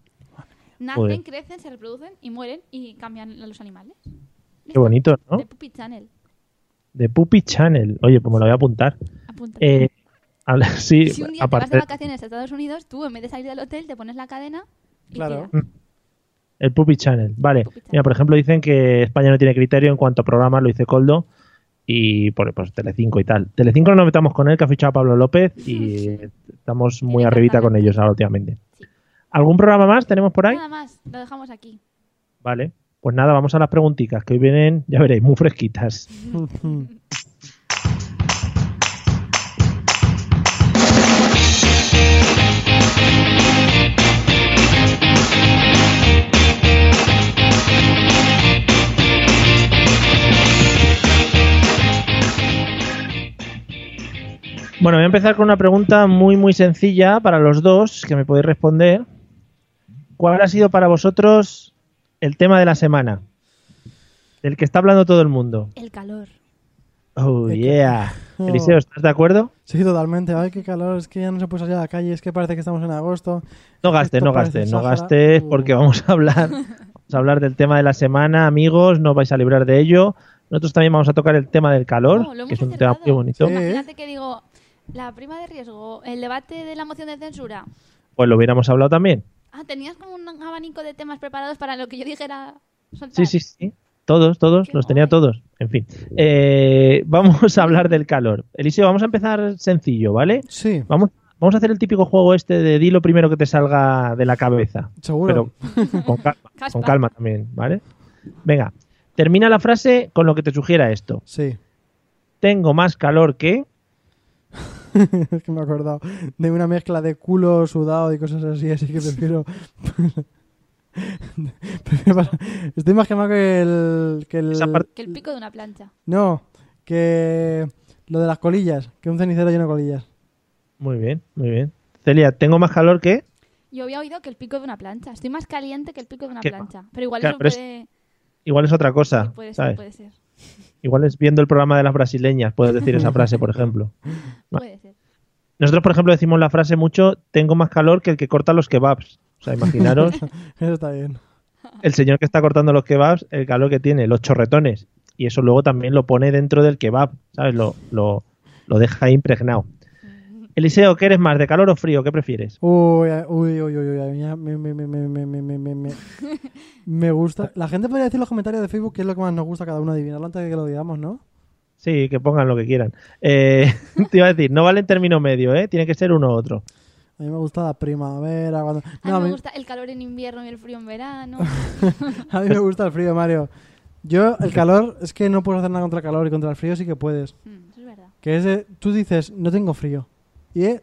S3: Nacen,
S1: Joder.
S3: crecen, se reproducen y mueren y cambian a los animales.
S1: Qué bonito, ¿no?
S3: The Puppy Channel.
S1: De Puppy Channel. Oye, pues me lo voy a apuntar.
S3: Apunta.
S1: Eh, habla- sí,
S3: si un día te
S1: aparte,
S3: vas de vacaciones a Estados Unidos, tú en vez de salir del hotel te pones la cadena y
S2: Claro.
S3: tira.
S1: el Puppy Channel. Vale.
S3: Puppy Channel.
S1: Mira, por ejemplo, dicen que España no tiene criterio en cuanto a programas, lo dice Coldo. Y por pues, Telecinco y tal. Telecinco no nos metamos con él, que ha fichado a Pablo López y eh, estamos muy
S3: Tiene
S1: arribita con
S3: tratamiento.
S1: ellos ahora últimamente.
S3: Sí. Ah.
S1: ¿Algún programa más tenemos por ahí?
S3: Nada más, lo dejamos aquí.
S1: Vale. Pues nada, vamos a las preguntitas, que hoy vienen, ya veréis, muy fresquitas. Bueno, voy a empezar con una pregunta muy, muy sencilla para los dos, que me podéis responder. ¿Cuál ha sido para vosotros el tema de la semana? Del que está hablando todo el mundo.
S3: El calor.
S1: Oh,
S2: Es que-
S1: yeah.
S2: Oh.
S1: Eliseo, ¿estás de acuerdo?
S2: Sí, totalmente. Ay, qué calor. Es que ya no se puede salir a la calle. Es que parece que estamos en agosto.
S1: No gastes,
S2: Esto
S1: no
S2: parece Mm.
S1: gastes, no
S2: Sahara.
S1: gastes porque vamos a hablar, vamos a hablar del tema de la semana, amigos, no os vais a librar de ello. Nosotros también vamos a tocar el tema del calor,
S3: No, Oh, lo hemos
S1: que es un tema
S3: acertado.
S1: muy bonito.
S2: Sí.
S3: Imagínate que digo, la prima de riesgo, el debate de la moción de censura.
S1: Pues lo hubiéramos hablado también.
S3: Ah, tenías como un abanico de temas preparados para lo que yo dijera
S1: Sí,
S3: soltar.
S1: sí, sí. Todos, todos,
S3: Qué
S1: los tenía
S3: guay.
S1: todos. En fin, Eh, vamos a hablar del calor. Eliseo, vamos a empezar sencillo, ¿vale?
S2: Sí,
S1: Vamos, vamos a hacer el típico juego este de di lo primero que te salga de la cabeza.
S2: seguro.
S1: Pero con calma,
S3: Caspa.
S1: con calma también, ¿vale? Venga, termina la frase con lo que te sugiera esto.
S2: Sí.
S1: Tengo más calor que...
S2: es que me he acordado de una mezcla de culo sudado y cosas así, así que prefiero. prefiero pasar- Estoy más quemado que el. Que el...
S1: Esa parte-
S3: Que el pico de una plancha.
S2: No, que lo de las colillas, que un cenicero lleno de colillas.
S1: Muy bien, muy bien. Celia, tengo más calor que...
S3: Yo había oído que el pico de una plancha. Estoy más caliente que el pico de una
S1: Que-
S3: plancha. Pero igual
S1: claro,
S3: eso
S1: pero es-
S3: puede,
S1: Igual es otra cosa,
S3: puede ser,
S1: ¿sabes?
S3: puede ser.
S1: Igual es viendo el programa de las brasileñas, puedes decir esa frase, por ejemplo. Va.
S3: Puede ser.
S1: Nosotros, por ejemplo, decimos la frase mucho, tengo más calor que el que corta los kebabs. O sea, imaginaros
S2: Eso está bien.
S1: el señor que está cortando los kebabs, el calor que tiene, los chorretones. Y eso luego también lo pone dentro del kebab, ¿sabes? Lo, lo, lo deja ahí impregnado. Eliseo, ¿qué eres más, de calor o frío? ¿Qué prefieres?
S2: Uy, ay, uy, uy, uy, uy, ay, ya me, me, me, me, me, me, me, me, me. Me gusta. La gente podría decir en los comentarios de Facebook qué es lo que más nos gusta a cada uno adivinarlo antes de que lo digamos, ¿no?
S1: Sí, que pongan lo que quieran. Eh, te iba a decir, no vale en término medio, ¿eh? Tiene que ser uno u otro.
S2: A mí me gusta la primavera. Cuando...
S3: A mí
S2: No,
S3: me gusta el calor en invierno y el frío en verano.
S2: a mí me gusta el frío, Mario. Yo, el calor, es que no puedes hacer nada contra el calor y contra el frío sí que puedes.
S3: Mm, eso es verdad.
S2: Que es de- tú dices, no tengo frío. Y eh,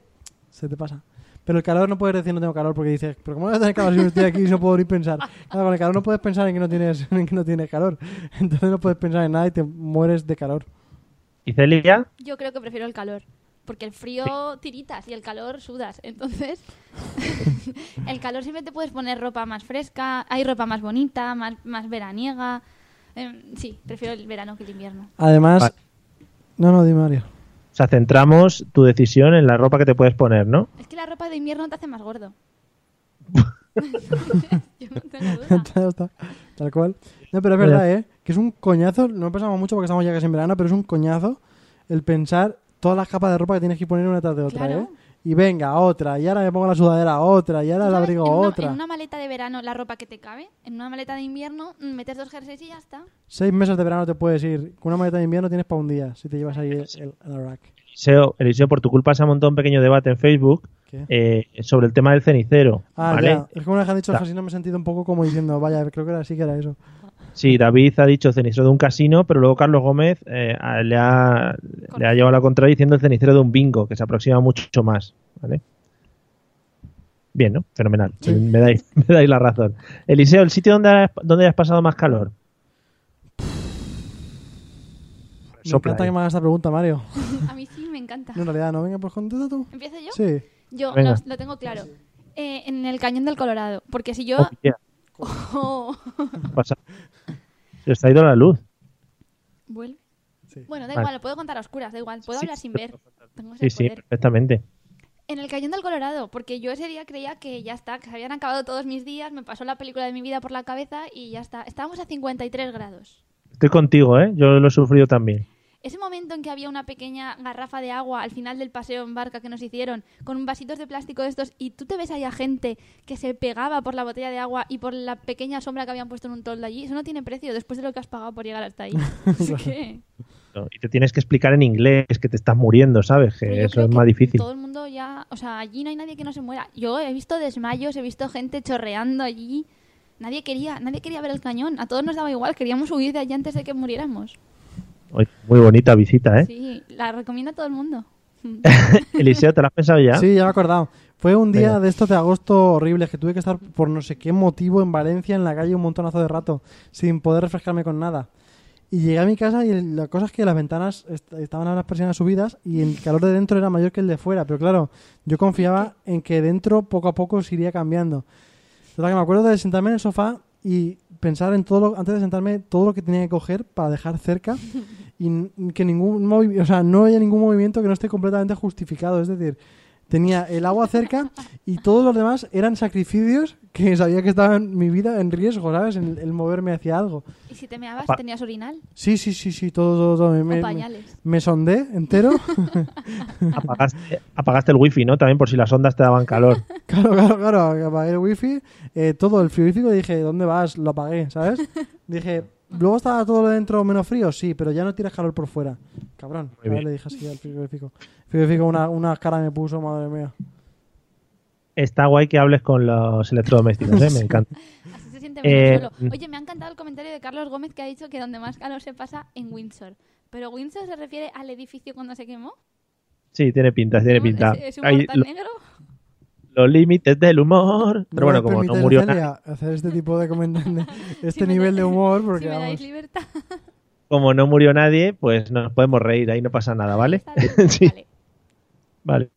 S2: se te pasa. Pero el calor no puedes decir, no tengo calor, porque dices, pero ¿cómo voy a tener calor si no estoy aquí y no puedo ni pensar? Claro, con el calor no puedes pensar en que no tienes, en que no tienes calor. Entonces no puedes pensar en nada y te mueres de calor.
S1: ¿Y Celia?
S3: Yo creo que prefiero el calor. Porque el frío tiritas y el calor sudas. Entonces, el calor siempre te puedes poner ropa más fresca, hay ropa más bonita, más, más veraniega. Em, sí, prefiero el verano que el invierno.
S2: Además,
S1: Vale.
S2: no, no, di Mario.
S1: O sea, centramos tu decisión en la ropa que te puedes poner, ¿no?
S3: Es que la ropa de invierno te hace más gordo. Yo no tengo duda.
S2: Ya está, tal cual. No, pero es verdad, ¿eh? Que es un coñazo. No pensamos mucho porque estamos ya casi en verano, pero es un coñazo el pensar todas las capas de ropa que tienes que poner una tras de otra,
S3: Claro.
S2: ¿eh? Y venga, otra. Y ahora me pongo la sudadera, otra. Y ahora el
S3: ¿Sabes?
S2: abrigo,
S3: en una,
S2: otra.
S3: En una maleta de verano la ropa que te cabe, en una maleta de invierno mm, metes dos jerseys y ya está.
S2: Seis meses de verano te puedes ir. Con una maleta de invierno tienes para un día, si te llevas ahí el, el, el rack.
S1: Eliseo, Eliseo, por tu culpa se ha montado un pequeño debate en Facebook
S2: ¿Qué?
S1: eh, sobre el tema del cenicero.
S2: Ah,
S1: ¿vale?
S2: ya. Es como nos han dicho,
S1: Ta-
S2: así no me he sentido un poco como diciendo, vaya, creo que era así que era eso.
S1: Sí, David ha dicho cenicero de un casino, pero luego Carlos Gómez eh, a- le, ha, le ha llevado la contraria diciendo el cenicero de un bingo, que se aproxima mucho más. ¿vale? Bien, ¿no? Fenomenal. Me dais, me dais la razón. Eliseo, ¿el sitio donde has, donde has pasado más calor?
S2: Me
S1: Sopla
S2: encanta
S1: ahí.
S2: que me hagas esta pregunta, Mario.
S3: A mí sí me encanta.
S2: No, en realidad no. Venga, pues contesta tú.
S3: ¿Empiezo yo?
S2: Sí.
S3: Yo
S1: Venga.
S3: lo, lo tengo claro. Eh, en el cañón del Colorado. Porque si yo.
S1: Oh, yeah,
S3: Oh,
S1: pasa. Se os ha ido la luz.
S3: vuelve.
S2: Sí.
S3: Bueno, da
S1: Vale.
S3: igual, lo puedo contar a oscuras, da igual. Puedo
S1: Sí,
S3: hablar
S1: sí,
S3: sin ver. Tengo
S1: Sí,
S3: ese
S1: sí,
S3: poder.
S1: perfectamente.
S3: En el Cañón del Colorado, porque yo ese día creía que ya está, que se habían acabado todos mis días, me pasó la película de mi vida por la cabeza y ya está. Estábamos a 53 grados.
S1: Estoy contigo, ¿eh? Yo lo he sufrido también.
S3: Ese momento en que había una pequeña garrafa de agua al final del paseo en barca que nos hicieron, con vasitos de plástico de estos, y tú te ves ahí a gente que se pegaba por la botella de agua y por la pequeña sombra que habían puesto en un toldo allí, eso no tiene precio después de lo que has pagado por llegar hasta ahí. Así que,
S1: ¿no? Y te tienes que explicar en inglés que te estás muriendo, ¿sabes?
S3: pero
S1: Que
S3: yo
S1: eso
S3: creo
S1: es
S3: que
S1: más difícil.
S3: Todo el mundo ya, o sea, allí no hay nadie que no se muera. Yo he visto desmayos, he visto gente chorreando allí. Nadie quería, nadie quería ver el cañón. A todos nos daba igual, queríamos huir de allí antes de que muriéramos.
S1: Oye, Muy bonita visita, ¿eh?
S3: Sí, la recomiendo a todo el mundo.
S1: Eliseo, ¿te la has pensado ya?
S2: Sí, ya me he acordado. Fue un día
S1: Venga.
S2: de estos de agosto horribles que tuve que estar por no sé qué motivo en Valencia, en la calle, un montonazo de rato, sin poder refrescarme con nada. Y llegué a mi casa y la cosa es que las ventanas est- estaban a las persianas subidas y el calor de dentro era mayor que el de fuera. Pero claro, yo confiaba en que dentro poco a poco se iría cambiando. Total, que me acuerdo de sentarme en el sofá y pensar en todo lo, antes de sentarme, todo lo que tenía que coger para dejar cerca y n- que ningún movi- o sea, no haya ningún movimiento que no esté completamente justificado. Es decir, tenía el agua cerca y todos los demás eran sacrificios que sabía que estaban mi vida en riesgo, ¿sabes? En El, el moverme hacia algo.
S3: Y si te meabas,
S1: Pa-
S3: tenías orinal
S2: Sí, sí, sí, sí, todo, todo, todo. Me,
S3: o
S2: me-
S3: pañales.
S2: me sondé entero.
S1: Apagaste, apagaste el wifi, ¿no? También por si las ondas te daban calor.
S2: Claro, claro, claro. Apagué el wifi, eh, todo el frigorífico dije, ¿dónde vas? Lo apagué, ¿sabes? dije, ¿luego estaba todo lo dentro menos frío? Sí, pero ya no tiras calor por fuera. Cabrón.
S1: Muy bien.
S2: Le dije así al frigorífico. El frigorífico una, una cara me puso, madre mía.
S1: Está guay que hables con los electrodomésticos, ¿eh? Me encanta.
S3: Así se siente menos
S1: Eh,
S3: solo. Oye, me ha encantado el comentario de Carlos Gómez que ha dicho que donde más calor se pasa en Windsor. ¿Pero Windsor se refiere al edificio cuando se quemó?
S1: Sí, tiene pinta, tiene pinta.
S3: ¿Es, es un
S1: Ahí,
S3: mortal
S1: lo-
S3: negro?
S1: los límites del humor. Pero bueno,
S2: me
S1: como no
S2: permitáis,
S1: murió nadie,
S2: Celia, hacer este tipo de comentarios, este
S3: Si me
S2: nivel
S3: da-
S2: de humor,
S3: si
S2: porque
S3: me
S2: vamos.
S3: dais libertad.
S1: como no murió nadie, pues nos podemos reír, ahí no pasa nada, ¿vale?
S3: está bien,
S1: Sí.
S3: vale.
S1: Vale.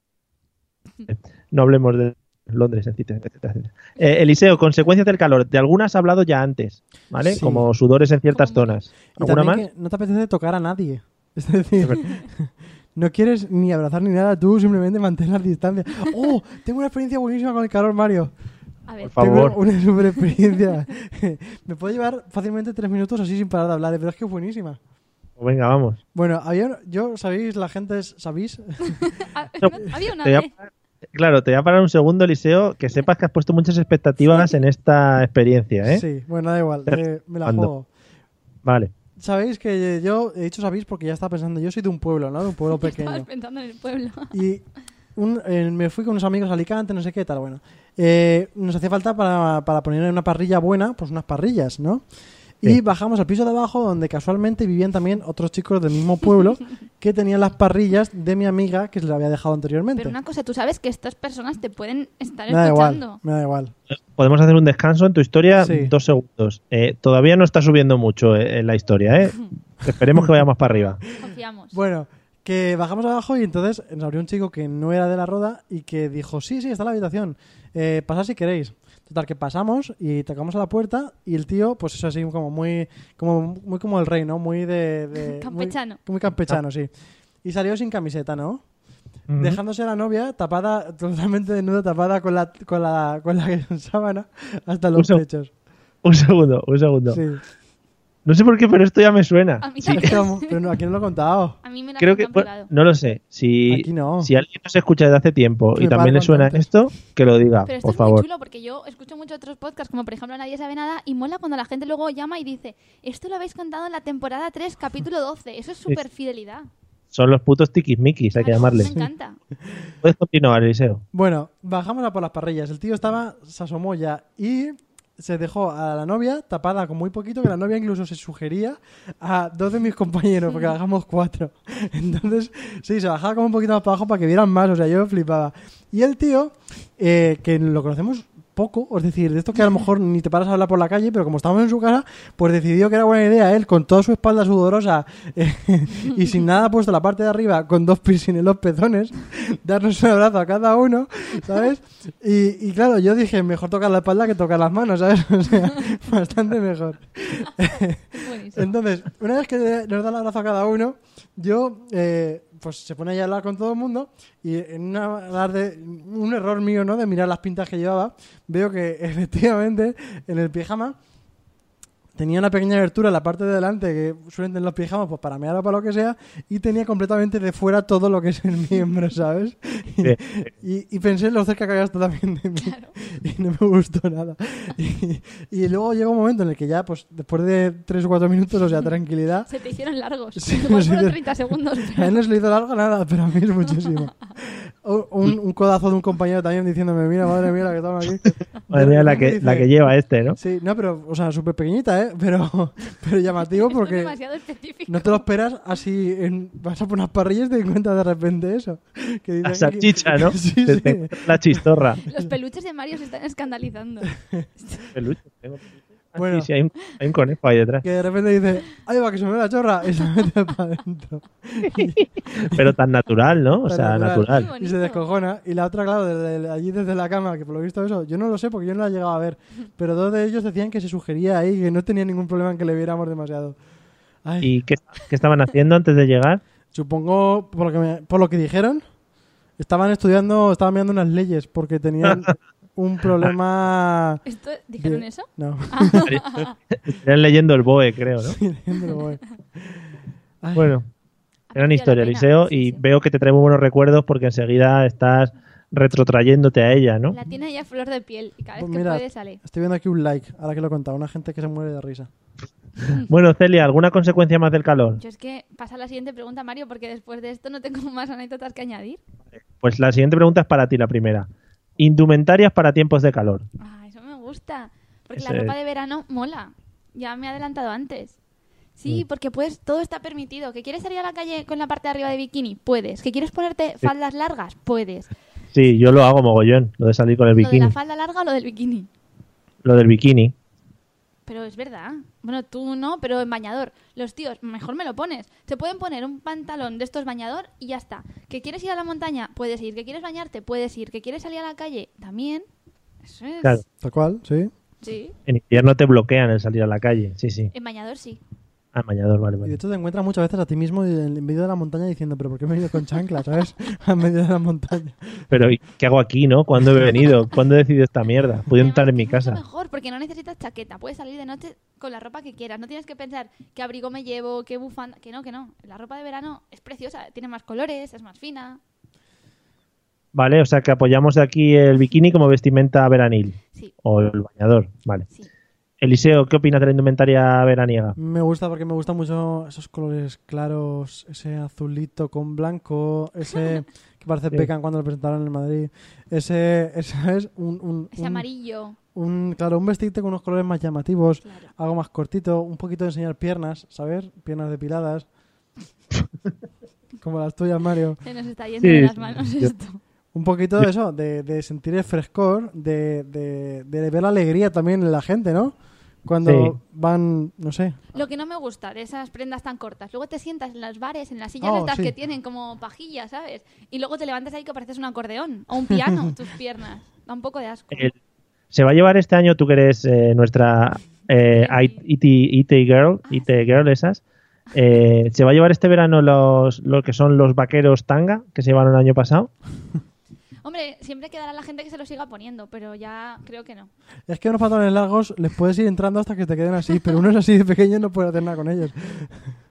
S1: No hablemos de Londres, etcétera, etcétera, etcétera. Eh, Eliseo, consecuencias del calor. De algunas has hablado ya antes, ¿vale?
S2: Sí.
S1: Como sudores en ciertas
S3: Como
S1: zonas.
S2: Y
S1: ¿Alguna más?
S2: también que no te apetece tocar a nadie. Es decir, no quieres ni abrazar ni nada, tú simplemente mantén la distancia. ¡Oh! Tengo una experiencia buenísima con el calor, Mario.
S3: A ver,
S1: Por favor.
S2: Tengo una super experiencia. Me puede llevar fácilmente tres minutos así sin parar de hablar, pero es que es buenísima.
S1: Pues venga, vamos.
S2: Bueno, había- yo, ¿sabéis? La gente, es- ¿sabéis?
S3: a- Ah, no- había una
S1: Te voy a
S3: vez.
S1: parar- claro, te voy a parar un segundo, Eliseo, que sepas que has puesto muchas expectativas en esta experiencia, ¿eh?
S2: Sí, bueno, da igual, eh, me la
S1: Ando.
S2: juego.
S1: Vale.
S2: Sabéis que yo, he dicho sabéis porque ya estaba pensando, yo soy de un pueblo, ¿no? De un pueblo
S3: Estabas
S2: pequeño.
S3: pensando en el pueblo.
S2: Y un- eh, me fui con unos amigos a Alicante, no sé qué tal, bueno. Eh, nos hacía falta para, para poner en una parrilla buena, pues unas parrillas, ¿no? Y
S1: Sí.
S2: bajamos al piso de abajo donde casualmente vivían también otros chicos del mismo pueblo que tenían las parrillas de mi amiga que se la había dejado anteriormente.
S3: Pero una cosa, tú sabes que estas personas te pueden estar
S2: me da
S3: escuchando.
S2: igual, me da igual.
S1: Podemos hacer un descanso en tu historia,
S2: Sí.
S1: dos segundos. Eh, todavía no está subiendo mucho eh, en la historia, ¿eh? Esperemos que vaya más para arriba.
S3: Confiamos.
S2: Bueno, que bajamos abajo y entonces nos abrió un chico que no era de la roda y que dijo, sí, sí, está en la habitación, eh, pasad si queréis. Total, que pasamos y tocamos a la puerta y el tío, pues es así como muy como, muy como el rey, ¿no? Muy de... de- muy-
S3: Campechano.
S2: Muy, campechano, sí. Y salió sin camiseta, ¿no?
S1: Ujú.
S2: Dejándose a la novia tapada, totalmente desnuda, tapada con la, con la, con la sábana hasta los
S1: Uso.
S2: pechos.
S1: Un segundo, un segundo.
S2: Sí.
S1: No sé por qué, pero esto ya me suena.
S3: A mí
S1: Sí,
S3: también.
S2: Pero, pero no, aquí no lo he contado.
S3: A mí me la
S1: creo
S3: han
S1: que
S3: comprado.
S1: bueno, no lo sé. Si,
S2: Aquí no.
S1: si alguien nos escucha desde hace tiempo
S2: Sí,
S1: y también
S2: va
S1: le suena
S2: contante.
S1: esto, que lo diga,
S3: Pero esto
S1: por
S3: es
S1: favor.
S3: muy chulo porque yo escucho muchos otros podcasts, como por ejemplo Nadie sabe nada, y mola cuando la gente luego llama y dice, esto lo habéis contado en la temporada 3, capítulo 12. Eso es súper fidelidad.
S1: Son los putos tiquismiquis, hay que
S3: Me
S1: llamarles.
S3: encanta.
S1: Puedes continuar, Eliseo.
S2: Bueno, bajamos a por las parrillas. El tío estaba, se asomó ya y se dejó a la novia tapada con muy poquito, que la novia incluso se sugería a dos de mis compañeros, porque bajamos cuatro. Entonces, sí, se bajaba como un poquito más para abajo para que vieran más, o sea, yo flipaba. Y el tío, eh, que lo conocemos poco, o es decir, de esto que a lo mejor ni te paras a hablar por la calle, pero como estamos en su casa, pues decidió que era buena idea él, con toda su espalda sudorosa eh, y sin nada puesto la parte de arriba, con dos piercing en los pezones, darnos un abrazo a cada uno, ¿sabes? Y, y claro, yo dije, mejor tocar la espalda que tocar las manos, ¿sabes? O sea, bastante mejor.
S3: Buenísimo.
S2: Entonces, una vez que nos da el abrazo a cada uno, yo, eh, pues se pone ahí a hablar con todo el mundo y en una alarde- un error mío, ¿no? De mirar las pintas que llevaba, veo que efectivamente en el pijama tenía una pequeña abertura en la parte de delante que suelen tener los pijamas pues para mear o para lo que sea y tenía completamente de fuera todo lo que es el miembro, ¿sabes? Y,
S1: Bien.
S2: y- y pensé en lo cerca que había estado también de mí y no me gustó nada. Y, y luego llegó un momento en el que ya, pues después de 3 o 4 minutos, o sea, tranquilidad,
S3: Se te hicieron largos.
S2: Sí,
S3: Igual
S2: sí,
S3: fueron
S2: te-
S3: 30 segundos.
S2: a
S3: pero-
S2: él no se le hizo largo nada, pero a mí es muchísimo. Un- Un, un codazo de un compañero también diciéndome, mira, madre mía, la que estamos aquí.
S1: Madre mía, la que, la que lleva este, ¿no?
S2: Sí, no, pero, o sea, súper pequeñita, ¿eh? Pero, pero llamativo
S3: Esto es
S2: porque
S3: demasiado específico.
S2: no te lo esperas así, en- vas a por unas parrillas y te encuentras de repente eso. Que dices
S1: La
S2: que-
S1: salchicha, ¿no?
S2: Sí,
S1: Te-
S2: sí.
S1: te encuentras La chistorra.
S3: Los peluches de Mario se están escandalizando.
S1: Peluche, tengo peluche. Ah,
S2: Bueno.
S1: sí, sí, hay un, hay un conejo ahí detrás.
S2: Que de repente dices, ahí va, que se me ve la chorra, y se mete para adentro.
S1: Pero tan natural, ¿no? O
S2: Tan
S1: sea,
S2: natural.
S1: natural.
S2: Y se
S3: bonito.
S2: descojona. Y la otra, claro, desde el- allí desde la cama, que por lo visto eso, yo no lo sé porque yo no la he llegado a ver. Pero dos de ellos decían que se sugería ahí, que no tenía ningún problema en que le viéramos demasiado. Ay,
S1: ¿Y qué, qué estaban haciendo antes de llegar?
S2: Supongo, por lo, que me- por lo que dijeron, estaban estudiando, estaban mirando unas leyes porque tenían un problema...
S3: ¿Esto, ¿Dijeron
S2: de-
S3: eso?
S2: No,
S1: Ah. Estarían leyendo el BOE, creo, ¿no?
S2: pero bueno. Ay,
S1: Bueno,
S3: Ha
S1: gran
S3: merecido la
S1: historia,
S3: pena.
S1: Eliseo,
S3: Sí,
S1: y
S3: sí.
S1: veo que te trae muy buenos recuerdos porque enseguida estás retrotrayéndote a ella, ¿no?
S3: La tiene ya flor de piel y cada vez
S2: Pues
S3: que
S2: mira.
S3: puede sale.
S2: Estoy viendo aquí un like, ahora que lo he contado, una gente que se muere de risa.
S1: Bueno, Celia, ¿alguna consecuencia más del calor?
S3: Yo es que pasa a la siguiente pregunta, Mario, porque después de esto no tengo más anécdotas que añadir.
S1: Pues la siguiente pregunta es para ti, la primera. Indumentarias para tiempos de calor.
S3: Ah, eso me gusta. Porque la
S1: Ese-
S3: ropa de verano mola. Ya me he adelantado antes.
S1: Mm.
S3: Sí, porque puedes, todo está permitido. ¿Que quieres salir a la calle con la parte de arriba de bikini? Puedes. ¿Que quieres ponerte faldas largas? Puedes.
S1: Sí, yo lo hago mogollón, lo de salir con el
S3: Lo de
S1: bikini,
S3: la falda larga o lo del bikini.
S1: lo del bikini.
S3: Pero es verdad. Bueno, tú no, pero en bañador. Los tíos, mejor me lo pones. Se pueden poner un pantalón de estos bañador y ya está. ¿Que quieres ir a la montaña? Puedes ir. ¿Que quieres bañarte? Puedes ir. ¿Que quieres salir a la calle? También. Eso es.
S1: Claro.
S2: Tal cual, sí.
S3: Sí.
S1: En invierno te bloquean el salir a la calle, sí, sí.
S3: En bañador sí.
S1: Ah, bañador, vale,
S2: Y de
S1: vale.
S2: hecho te encuentras muchas veces a ti mismo en en medio de la montaña diciendo, pero ¿por qué me he ido con chancla, sabes? A medio de la montaña.
S1: Pero ¿y ¿qué hago aquí, no? ¿Cuándo he venido? ¿Cuándo he decidido esta mierda? Pudiendo
S3: Además,
S1: estar en mi
S3: es mucho
S1: casa.
S3: mejor, porque no necesitas chaqueta. Puedes salir de noche con la ropa que quieras. No tienes que pensar qué abrigo me llevo, qué bufanda. Que no, que no. La ropa de verano es preciosa. Tiene más colores, es más fina.
S1: Vale, o sea que apoyamos aquí el bikini como vestimenta veranil
S3: Sí,
S1: o el bañador, vale.
S3: sí.
S1: Eliseo, ¿qué opinas de la indumentaria veraniega?
S2: Me gusta porque me gustan mucho esos colores claros, ese azulito con blanco, ese que parece
S1: Sí.
S2: pecan cuando lo presentaron en el Madrid. Ese, ese es un, un,
S3: Ese
S1: Mm.
S2: un-
S3: amarillo.
S2: un- claro, un vestido con unos colores más llamativos,
S3: Claro.
S2: algo más cortito, un poquito de enseñar piernas, ¿sabes? Piernas depiladas. Como las tuyas, Mario.
S3: Se nos está yendo
S1: Sí,
S3: de las
S1: sí,
S3: manos
S1: yo-
S3: esto.
S2: Un poquito de eso, de, de sentir el frescor, de, de, de ver la alegría también en la gente, ¿no? Cuando
S1: Sí.
S2: van, no sé.
S3: Lo que no me gusta de esas prendas tan cortas. Luego te sientas en los bares, en las sillas
S2: Oh,
S3: estas
S2: sí.
S3: que tienen como pajillas, ¿sabes? Y luego te levantas ahí que pareces un acordeón o un piano, tus piernas. Da un poco de asco.
S1: El- ¿Se va a llevar este año, tú que eres eh, nuestra eh,
S3: Sí.
S1: IT, IT Girl, IT Girl esas, eh, ¿se va a llevar este verano los, lo que son los vaqueros tanga que se llevaron el año pasado?
S3: Hombre, siempre quedará la gente que se lo siga poniendo, pero ya creo que no.
S2: Es que unos pantalones largos les puedes ir entrando hasta que te queden así, pero unos así de pequeños no puedes hacer nada con ellos.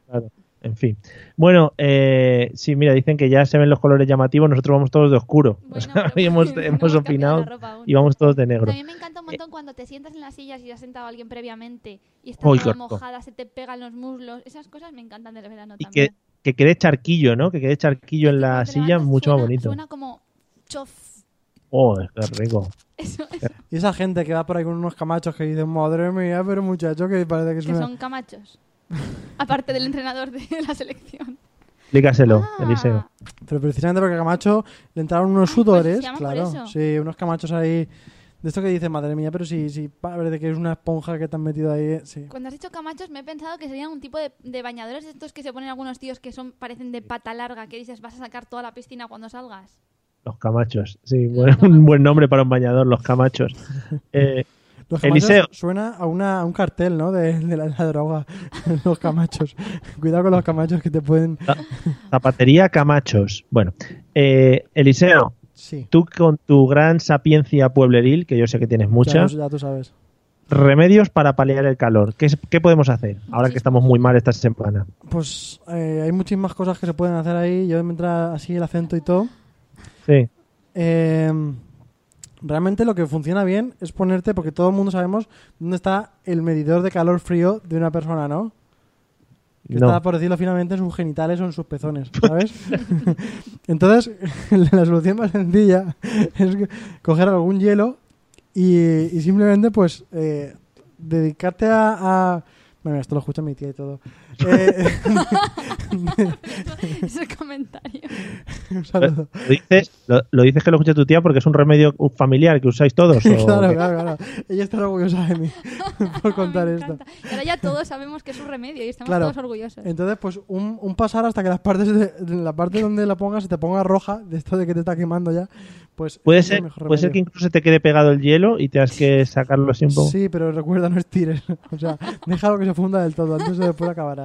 S1: Claro, en fin. Bueno, eh, sí, mira, dicen que ya se ven los colores llamativos, nosotros vamos todos de oscuro. O
S3: Bueno,
S1: sea,
S3: pero
S1: y hemos,
S3: no
S1: hemos
S3: cambiado
S1: opinado
S3: la ropa aún.
S1: y vamos todos de negro.
S3: También me encanta un montón cuando te sientas en las sillas y has sentado a alguien previamente y está
S1: Uy,
S3: toda
S1: qué rico.
S3: mojada, se te pegan los muslos. Esas cosas me encantan del verano
S1: Y que,
S3: también.
S1: que quede charquillo, ¿no? Que quede charquillo en la
S3: Cuando te
S1: silla,
S3: levantas
S1: mucho más
S3: suena-
S1: bonito.
S3: Suena como chof.
S1: Oh, qué rico.
S3: Eso es,
S2: Y esa gente que va por ahí con unos camachos que dicen, madre mía, pero muchacho, que parece que es
S3: que
S2: una...
S3: son camachos. Aparte del entrenador de la selección.
S1: Explícaselo,
S3: Ah,
S1: Eliseo.
S2: Pero precisamente porque a Camacho le entraron unos
S3: Ah, pues
S2: sudores,
S3: se llama por
S2: claro.
S3: eso.
S2: Sí, unos camachos ahí De esto que dice, madre mía, pero si, si parece que es una esponja que te han metido ahí. eh, Sí.
S3: Cuando has dicho camachos, me he pensado que serían un tipo de, de bañadores estos que se ponen algunos tíos que son parecen de pata larga, que dices, vas a sacar toda la piscina cuando salgas.
S1: Los camachos. Sí,
S3: Los
S1: bueno,
S3: camachos.
S1: un buen nombre para un bañador, los camachos. Eh,
S2: Los camachos
S1: Eliseo.
S2: suena a, una, a un cartel, ¿no? De, de la, la droga. los camachos. Cuidado con los camachos que te pueden.
S1: zapatería Camachos. Bueno, eh, Eliseo,
S2: Sí.
S1: tú con tu gran sapiencia puebleril, que yo sé que tienes
S2: Ya,
S1: mucha,
S2: lo- ya tú sabes.
S1: remedios para paliar el calor. ¿Qué, es- qué podemos hacer ahora que estamos muy mal esta semana?
S2: Pues eh, hay muchísimas cosas que se pueden hacer ahí. Yo me entra así el acento y todo.
S1: Sí,
S2: Eh, realmente lo que funciona bien es ponerte, porque todo el mundo sabemos dónde está el medidor de calor frío de una persona, ¿no? Que
S1: no.
S2: está, por decirlo finalmente, en sus genitales o en sus pezones, ¿sabes? Entonces, la solución más sencilla es coger algún hielo y, y simplemente, pues, eh, dedicarte a... a- Bueno, esto lo escucha mi tía y todo. Eh,
S3: Ese comentario.
S2: un saludo.
S1: ¿Lo dices, lo, lo dices que lo escucha tu tía porque es un remedio familiar que usáis todos? o
S2: Claro,
S1: qué?
S2: claro, claro. Ella está orgullosa de mí por contar
S3: Ah, Me
S2: esto.
S3: encanta. Y ahora ya todos sabemos que es un remedio y estamos
S2: Claro.
S3: todos orgullosos.
S2: Entonces, pues un, un pasar hasta que las partes de, la parte donde la pongas se te ponga roja, de esto de que te está quemando ya, pues
S1: Puede
S2: es el
S1: ser,
S2: mejor
S1: puede ser que
S2: remedio.
S1: incluso te quede pegado el hielo y tengas que sacarlo así un poco.
S2: Sí, pero recuerda, no estires. O sea, déjalo que se funda del todo, antes o después acabará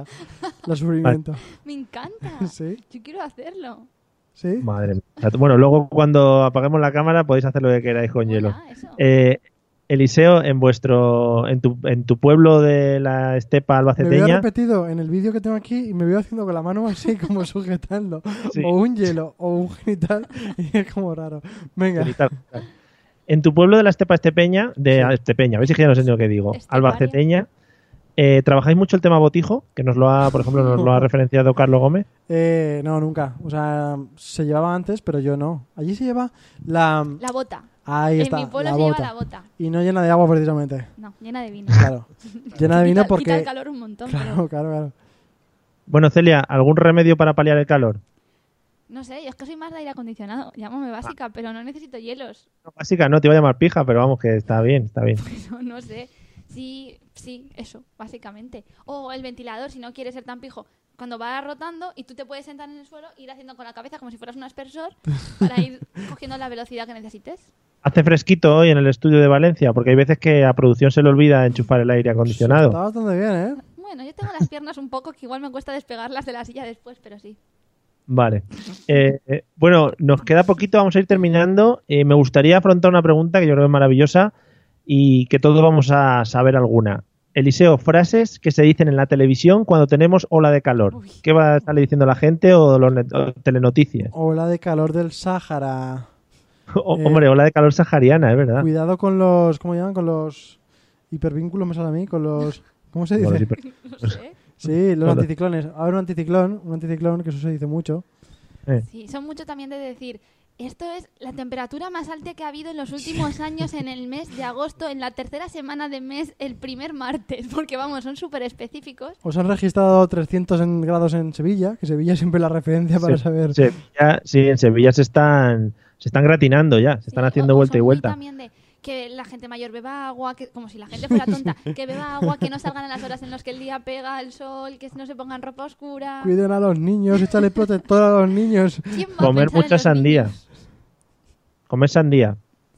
S2: el sufrimiento.
S3: Me encanta.
S2: Sí,
S3: Yo quiero hacerlo.
S2: sí.
S1: Madre mía. O sea, Bueno, luego cuando apaguemos la cámara podéis hacer lo que queráis con hielo.
S3: Mola, eso.
S1: Eh, Eliseo, en vuestro, en tu, en tu pueblo de la estepa
S2: Me veo
S1: albaceteña,
S2: repetido en el vídeo que tengo aquí y me veo haciendo con la mano así, como sujetando,
S1: Sí.
S2: o un hielo, o un genital, y es como raro. Venga,
S1: Genital. en tu pueblo de la estepa estepeña, de estepeña, a ver si ya no sé ni lo que digo,
S3: Esteparia.
S1: albaceteña, eh, trabajáis mucho el tema botijo, que nos lo ha, por ejemplo, nos lo ha referenciado Carlos Gómez.
S2: eh, no, nunca. O sea, se llevaba antes, pero yo no. Allí se lleva la.
S3: La bota.
S2: Ahí está.
S3: en mi pueblo
S2: la
S3: se
S2: bota.
S3: lleva la bota.
S2: Y no llena de agua precisamente.
S3: No, llena de vino.
S2: Claro. llena de vino
S3: Quita- Quita
S2: porque...
S3: el calor un montón. pero-
S2: Claro, claro, claro.
S1: Bueno, Celia, ¿algún remedio para paliar el calor?
S3: No sé, yo es que soy más de aire acondicionado. Llámame básica, pero no necesito hielos.
S1: No, básica, no, te iba a llamar pija, pero vamos, que está bien, está bien.
S3: No, no sé. Sí, sí, eso, básicamente. O el ventilador, si no quieres ser tan pijo. Cuando va rotando y tú te puedes sentar en el suelo, ir haciendo con la cabeza como si fueras un aspersor para ir cogiendo la velocidad que necesites.
S1: Hace fresquito hoy en el estudio de Valencia, porque hay veces que a producción se le olvida enchufar el aire
S2: Está
S1: acondicionado.
S2: bastante bien, ¿eh?
S3: Bueno, yo tengo las piernas un poco que igual me cuesta despegarlas de la silla después, pero sí.
S1: Vale. Eh, eh, bueno, nos queda poquito, vamos a ir terminando. Eh, me gustaría afrontar una pregunta que yo creo que es maravillosa y que todos vamos a saber alguna. Eliseo, frases que se dicen en la televisión cuando tenemos ola de calor.
S3: Uy.
S1: ¿Qué va a estarle diciendo la gente o, los net- o telenoticias?
S2: Ola de calor del Sáhara.
S1: O-
S2: Eh,
S1: hombre, ola de calor sahariana, es verdad.
S2: Cuidado con los... ¿Cómo llaman? Con los... Hipervínculos me sale a mí. Con los... ¿Cómo se
S1: Bueno, sí,
S2: dice?
S1: pero-
S3: No sé.
S2: Sí, los
S1: Hola.
S2: anticiclones. A ver, un anticiclón. Un anticiclón, que eso se dice mucho.
S3: Sí, son mucho también de decir. Esto es la temperatura más alta que ha habido en los últimos años en el mes de agosto, en la tercera semana de mes, el primer martes, porque vamos, son súper específicos.
S2: Os han registrado 300 en- grados en Sevilla, que Sevilla siempre es la referencia para
S1: Se-
S2: saber...
S1: Sevilla- sí, en Sevilla se están, se están gratinando ya, se están
S3: Sí,
S1: haciendo
S3: o- o
S1: vuelta y
S3: son muy
S1: vuelta.
S3: También de que la gente mayor beba agua, que, como si la gente fuera tonta, que beba agua, que no salgan a las horas en las que el día pega el sol, que no se pongan ropa oscura.
S2: Cuiden a los niños, échale protector a los niños.
S3: ¿Quién va a
S1: Comer
S3: pensar en
S1: mucha
S3: los
S1: sandía.
S3: niños?
S1: Comer sandía,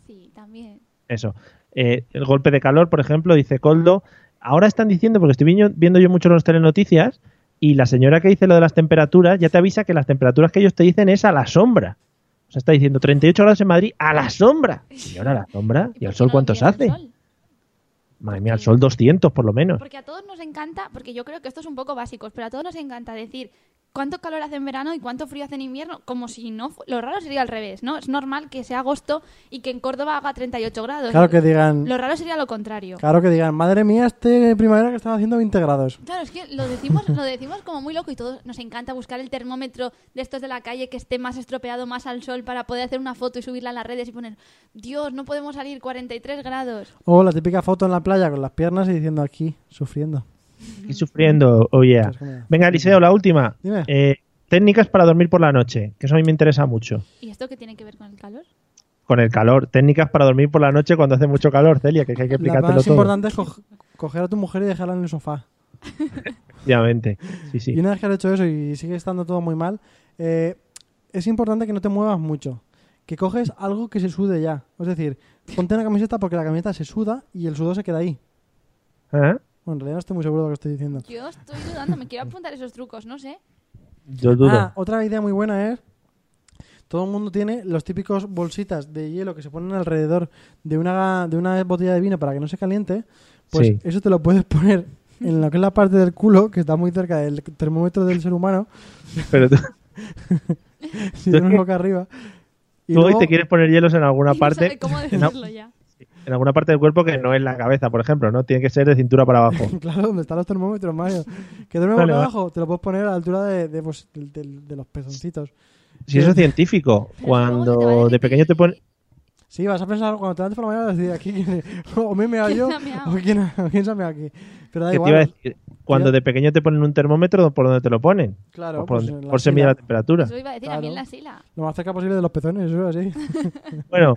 S3: Sí, también.
S1: eso. Eh, el golpe de calor, por ejemplo, dice Coldo. Ahora están diciendo, porque estoy viño- viendo yo mucho los telenoticias, y la señora que dice lo de las temperaturas ya te avisa que las temperaturas que ellos te dicen es a la sombra. O sea, está diciendo 38 grados en Madrid a la sombra. Señora, a la sombra.
S3: ¿Y
S1: ¿Y al
S3: por qué
S1: sol
S3: no
S1: cuántos
S3: miran al
S1: hace?
S3: sol?
S1: Madre mía, al sol 200 por lo menos.
S3: Porque a todos nos encanta, porque yo creo que esto es un poco básico, pero a todos nos encanta decir cuánto calor hace en verano y cuánto frío hace en invierno, como si no. fu- Lo raro sería al revés, ¿no? Es normal que sea agosto y que en Córdoba haga 38 grados.
S2: Claro que digan...
S3: Lo raro sería lo contrario.
S2: Claro que digan, madre mía, este primavera que están haciendo 20 grados.
S3: Claro, es que lo decimos, lo decimos como muy loco y todos nos encanta buscar el termómetro de estos de la calle que esté más estropeado, más al sol, para poder hacer una foto y subirla a las redes y poner, Dios, no podemos salir 43 grados.
S2: O la típica foto en la playa con las piernas y diciendo aquí, sufriendo.
S1: Estoy sufriendo, oye.
S2: Es como-
S1: Venga, Eliseo, la última.
S2: Dime.
S1: Eh, técnicas para dormir por la noche, que eso a mí me interesa mucho.
S3: ¿Y esto qué tiene que ver con el calor?
S1: con con el calor. Técnicas para dormir por la noche cuando hace mucho calor, Celia, que hay que
S2: La
S1: explicártelo
S2: más
S1: todo.
S2: importante es co- coger a tu mujer y dejarla en el sofá.
S1: Efectivamente. Sí, sí.
S2: Y una vez que has hecho eso y sigue estando todo muy mal, eh, es importante que no te muevas mucho. Que coges algo que se sude ya. Es decir, ponte una camiseta porque la camiseta se suda y el sudor se queda ahí.
S1: ¿Eh?
S2: Bueno, en realidad no estoy muy seguro de lo que estoy diciendo.
S3: Yo estoy dudando, me quiero apuntar esos trucos, no sé.
S1: Yo dudo.
S2: Ah, otra idea muy buena es. Todo el mundo tiene los típicos bolsitas de hielo que se ponen alrededor de una, de una botella de vino para que no se caliente. Pues
S1: Sí.
S2: eso te lo puedes poner en lo que es la parte del culo, que está muy cerca del termómetro del ser humano,
S1: Pero tú,
S2: si tienes boca arriba. Y
S1: tú hoy
S2: luego-
S1: te quieres poner hielos en alguna
S3: Y no
S1: parte,
S3: sabe cómo decirlo ya.
S1: en alguna parte del cuerpo que no es la cabeza, por ejemplo, ¿no? Tiene que ser de cintura para abajo.
S2: Claro, donde están los termómetros, Mario. Que duerme
S1: Vale,
S2: boca
S1: vale.
S2: abajo, te lo puedes poner a la altura de, de, pues, del- del- de los pezoncitos.
S1: Si eso es científico,
S3: Pero luego se te va a
S1: cuando de
S3: derretir
S1: pequeño te pones...
S2: Sí, vas a pensar cuando te levantes por la mañana, vas a decir aquí quién es. o me he meado
S3: ¿Quién
S2: yo,
S3: se ha meado?
S2: o quién, ha- o quién se ha meado aquí. Pero da
S1: ¿Qué te
S2: igual.
S1: iba a decir? Cuando
S2: Mira.
S1: de pequeño te ponen un termómetro, ¿por dónde te lo ponen?
S2: Claro,
S1: ¿O por
S2: pues
S1: dónde?
S2: en la
S1: por se mide
S2: fila.
S1: la temperatura.
S3: Eso iba a decir a mí en la sila.
S2: Lo más cerca posible de los pezones, eso así.
S1: Bueno,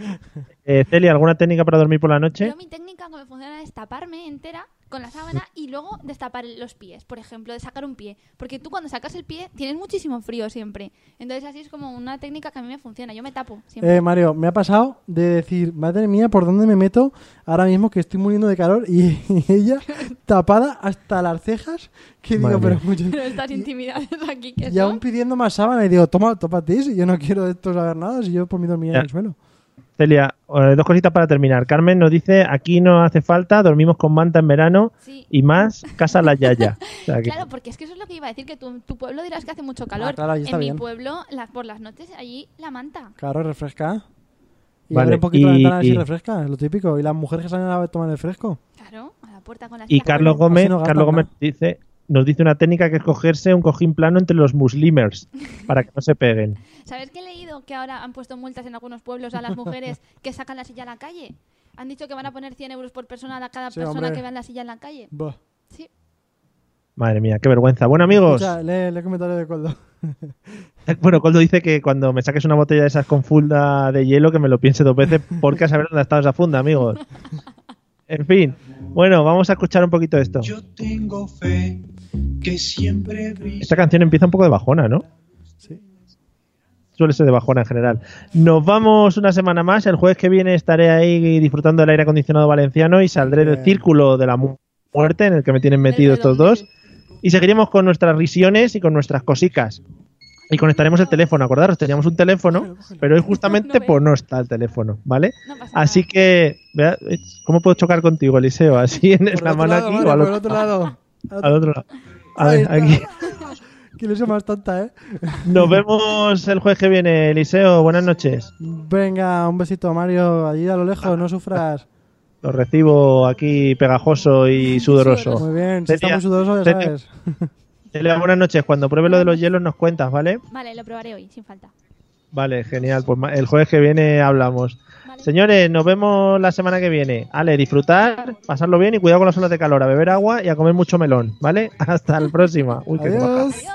S1: eh, Celia, ¿alguna técnica para dormir por la noche?
S3: Yo mi técnica que me funciona es taparme entera con la sábana y luego destapar los pies, por ejemplo, de sacar un pie. Porque tú cuando sacas el pie tienes muchísimo frío siempre. Entonces así es como una técnica que a mí me funciona. Yo me tapo siempre.
S1: Em,
S2: Eh, Mario, me ha pasado de decir, madre mía, ¿por dónde me meto ahora mismo que estoy muriendo de calor? Y, ella tapada hasta las cejas, que digo,
S1: Madre
S2: pero
S1: mía.
S2: mucho.
S3: Pero estas intimidades aquí que
S2: Y aún
S3: son...
S2: pidiendo más sábana y digo, toma, tópate, si yo no quiero de esto saber nada, si yo por mí dormía
S1: Ya.
S2: en el suelo.
S1: Celia, eh, dos cositas para terminar. Carmen nos dice, aquí no hace falta, dormimos con manta en verano
S3: Sí.
S1: y más, casa la yaya. O sea que-
S3: Claro, porque es que eso es lo que iba a decir, que tú, en tu pueblo dirás que hace mucho calor.
S2: Ah, claro, ahí está
S3: en
S2: bien.
S3: mi pueblo, las por las noches, allí la manta.
S2: Claro, refresca. Y
S1: Vale,
S2: abre un poquito la
S1: y-
S2: ventana a ver
S1: y-
S2: si refresca, es lo típico. Y las mujeres que salen a tomar el fresco.
S3: Claro, a la puerta con la
S1: Y
S3: silla.
S1: Carlos
S2: Bueno,
S1: Gómez,
S2: así no gastan
S1: Carlos Gómez
S2: nada.
S1: dice, nos dice una técnica que es cogerse un cojín plano entre los muslimers para que no se peguen.
S3: ¿Sabes que he leído que ahora han puesto multas en algunos pueblos a las mujeres que sacan la silla a la calle? Han dicho que van a poner 100 euros por persona a cada
S2: Sí,
S3: persona
S2: hombre.
S3: que vea la silla en la calle.
S2: Bah.
S3: Sí.
S1: Madre mía, qué vergüenza. Bueno, amigos,
S2: Escucha, lee, lee el comentario de Coldo.
S1: bueno, Coldo dice que cuando me saques una botella de esas con funda de hielo, que me lo piense dos veces, porque a saber dónde ha estado esa funda, amigos. En fin, bueno, vamos a escuchar un poquito esto.
S5: Yo tengo fe que siempre brilla.
S1: Esta canción empieza un poco de bajona, ¿no?
S2: Sí.
S1: Suele ser de bajona en general. Nos vamos una semana más. El jueves que viene estaré ahí disfrutando del aire acondicionado valenciano y saldré del
S2: Bien.
S1: círculo de la mu- muerte en el que me tienen metido estos dos. Y seguiremos con nuestras risiones y con nuestras cosicas. Y conectaremos el teléfono. Acordaros, teníamos un teléfono, pero hoy justamente
S3: No veo. Ah.
S1: pues no está el teléfono, ¿ale?
S3: No pasa
S1: Así
S3: nada.
S1: que, vea, eh, ¿cómo puedo chocar contigo, Eliseo? ¿Así en
S2: Por el
S1: la
S2: otro
S1: mano
S2: lado,
S1: aquí
S2: Mario,
S1: o al
S2: por el
S1: otro,
S2: otro lado.
S1: al otro lado? A ver,
S2: Ahí
S1: aquí.
S2: está. Qué ilusión más tonta, ¿eh?
S1: Nos vemos el jueves que viene, Eliseo. Buenas noches.
S2: Venga, un besito, Mario. Allí a lo lejos, no sufras.
S1: Lo recibo aquí pegajoso y sudoroso.
S2: Muy bien, si está
S1: Celia,
S2: muy sudoroso, ya
S1: Celia.
S2: sabes.
S1: Celia, buenas noches. Cuando pruebe lo de los hielos nos cuentas, ¿vale?
S3: Vale, lo probaré hoy, sin falta.
S1: Vale, genial. Pues ma- el jueves que viene hablamos.
S3: Vale.
S1: Señores, nos vemos la semana que viene. Ale, disfrutar, pasarlo bien y cuidado con las olas de calor, a beber agua y a comer mucho melón, ¿vale? Hasta la próxima. Uy, qué guaca.
S2: Adiós.
S3: Adiós.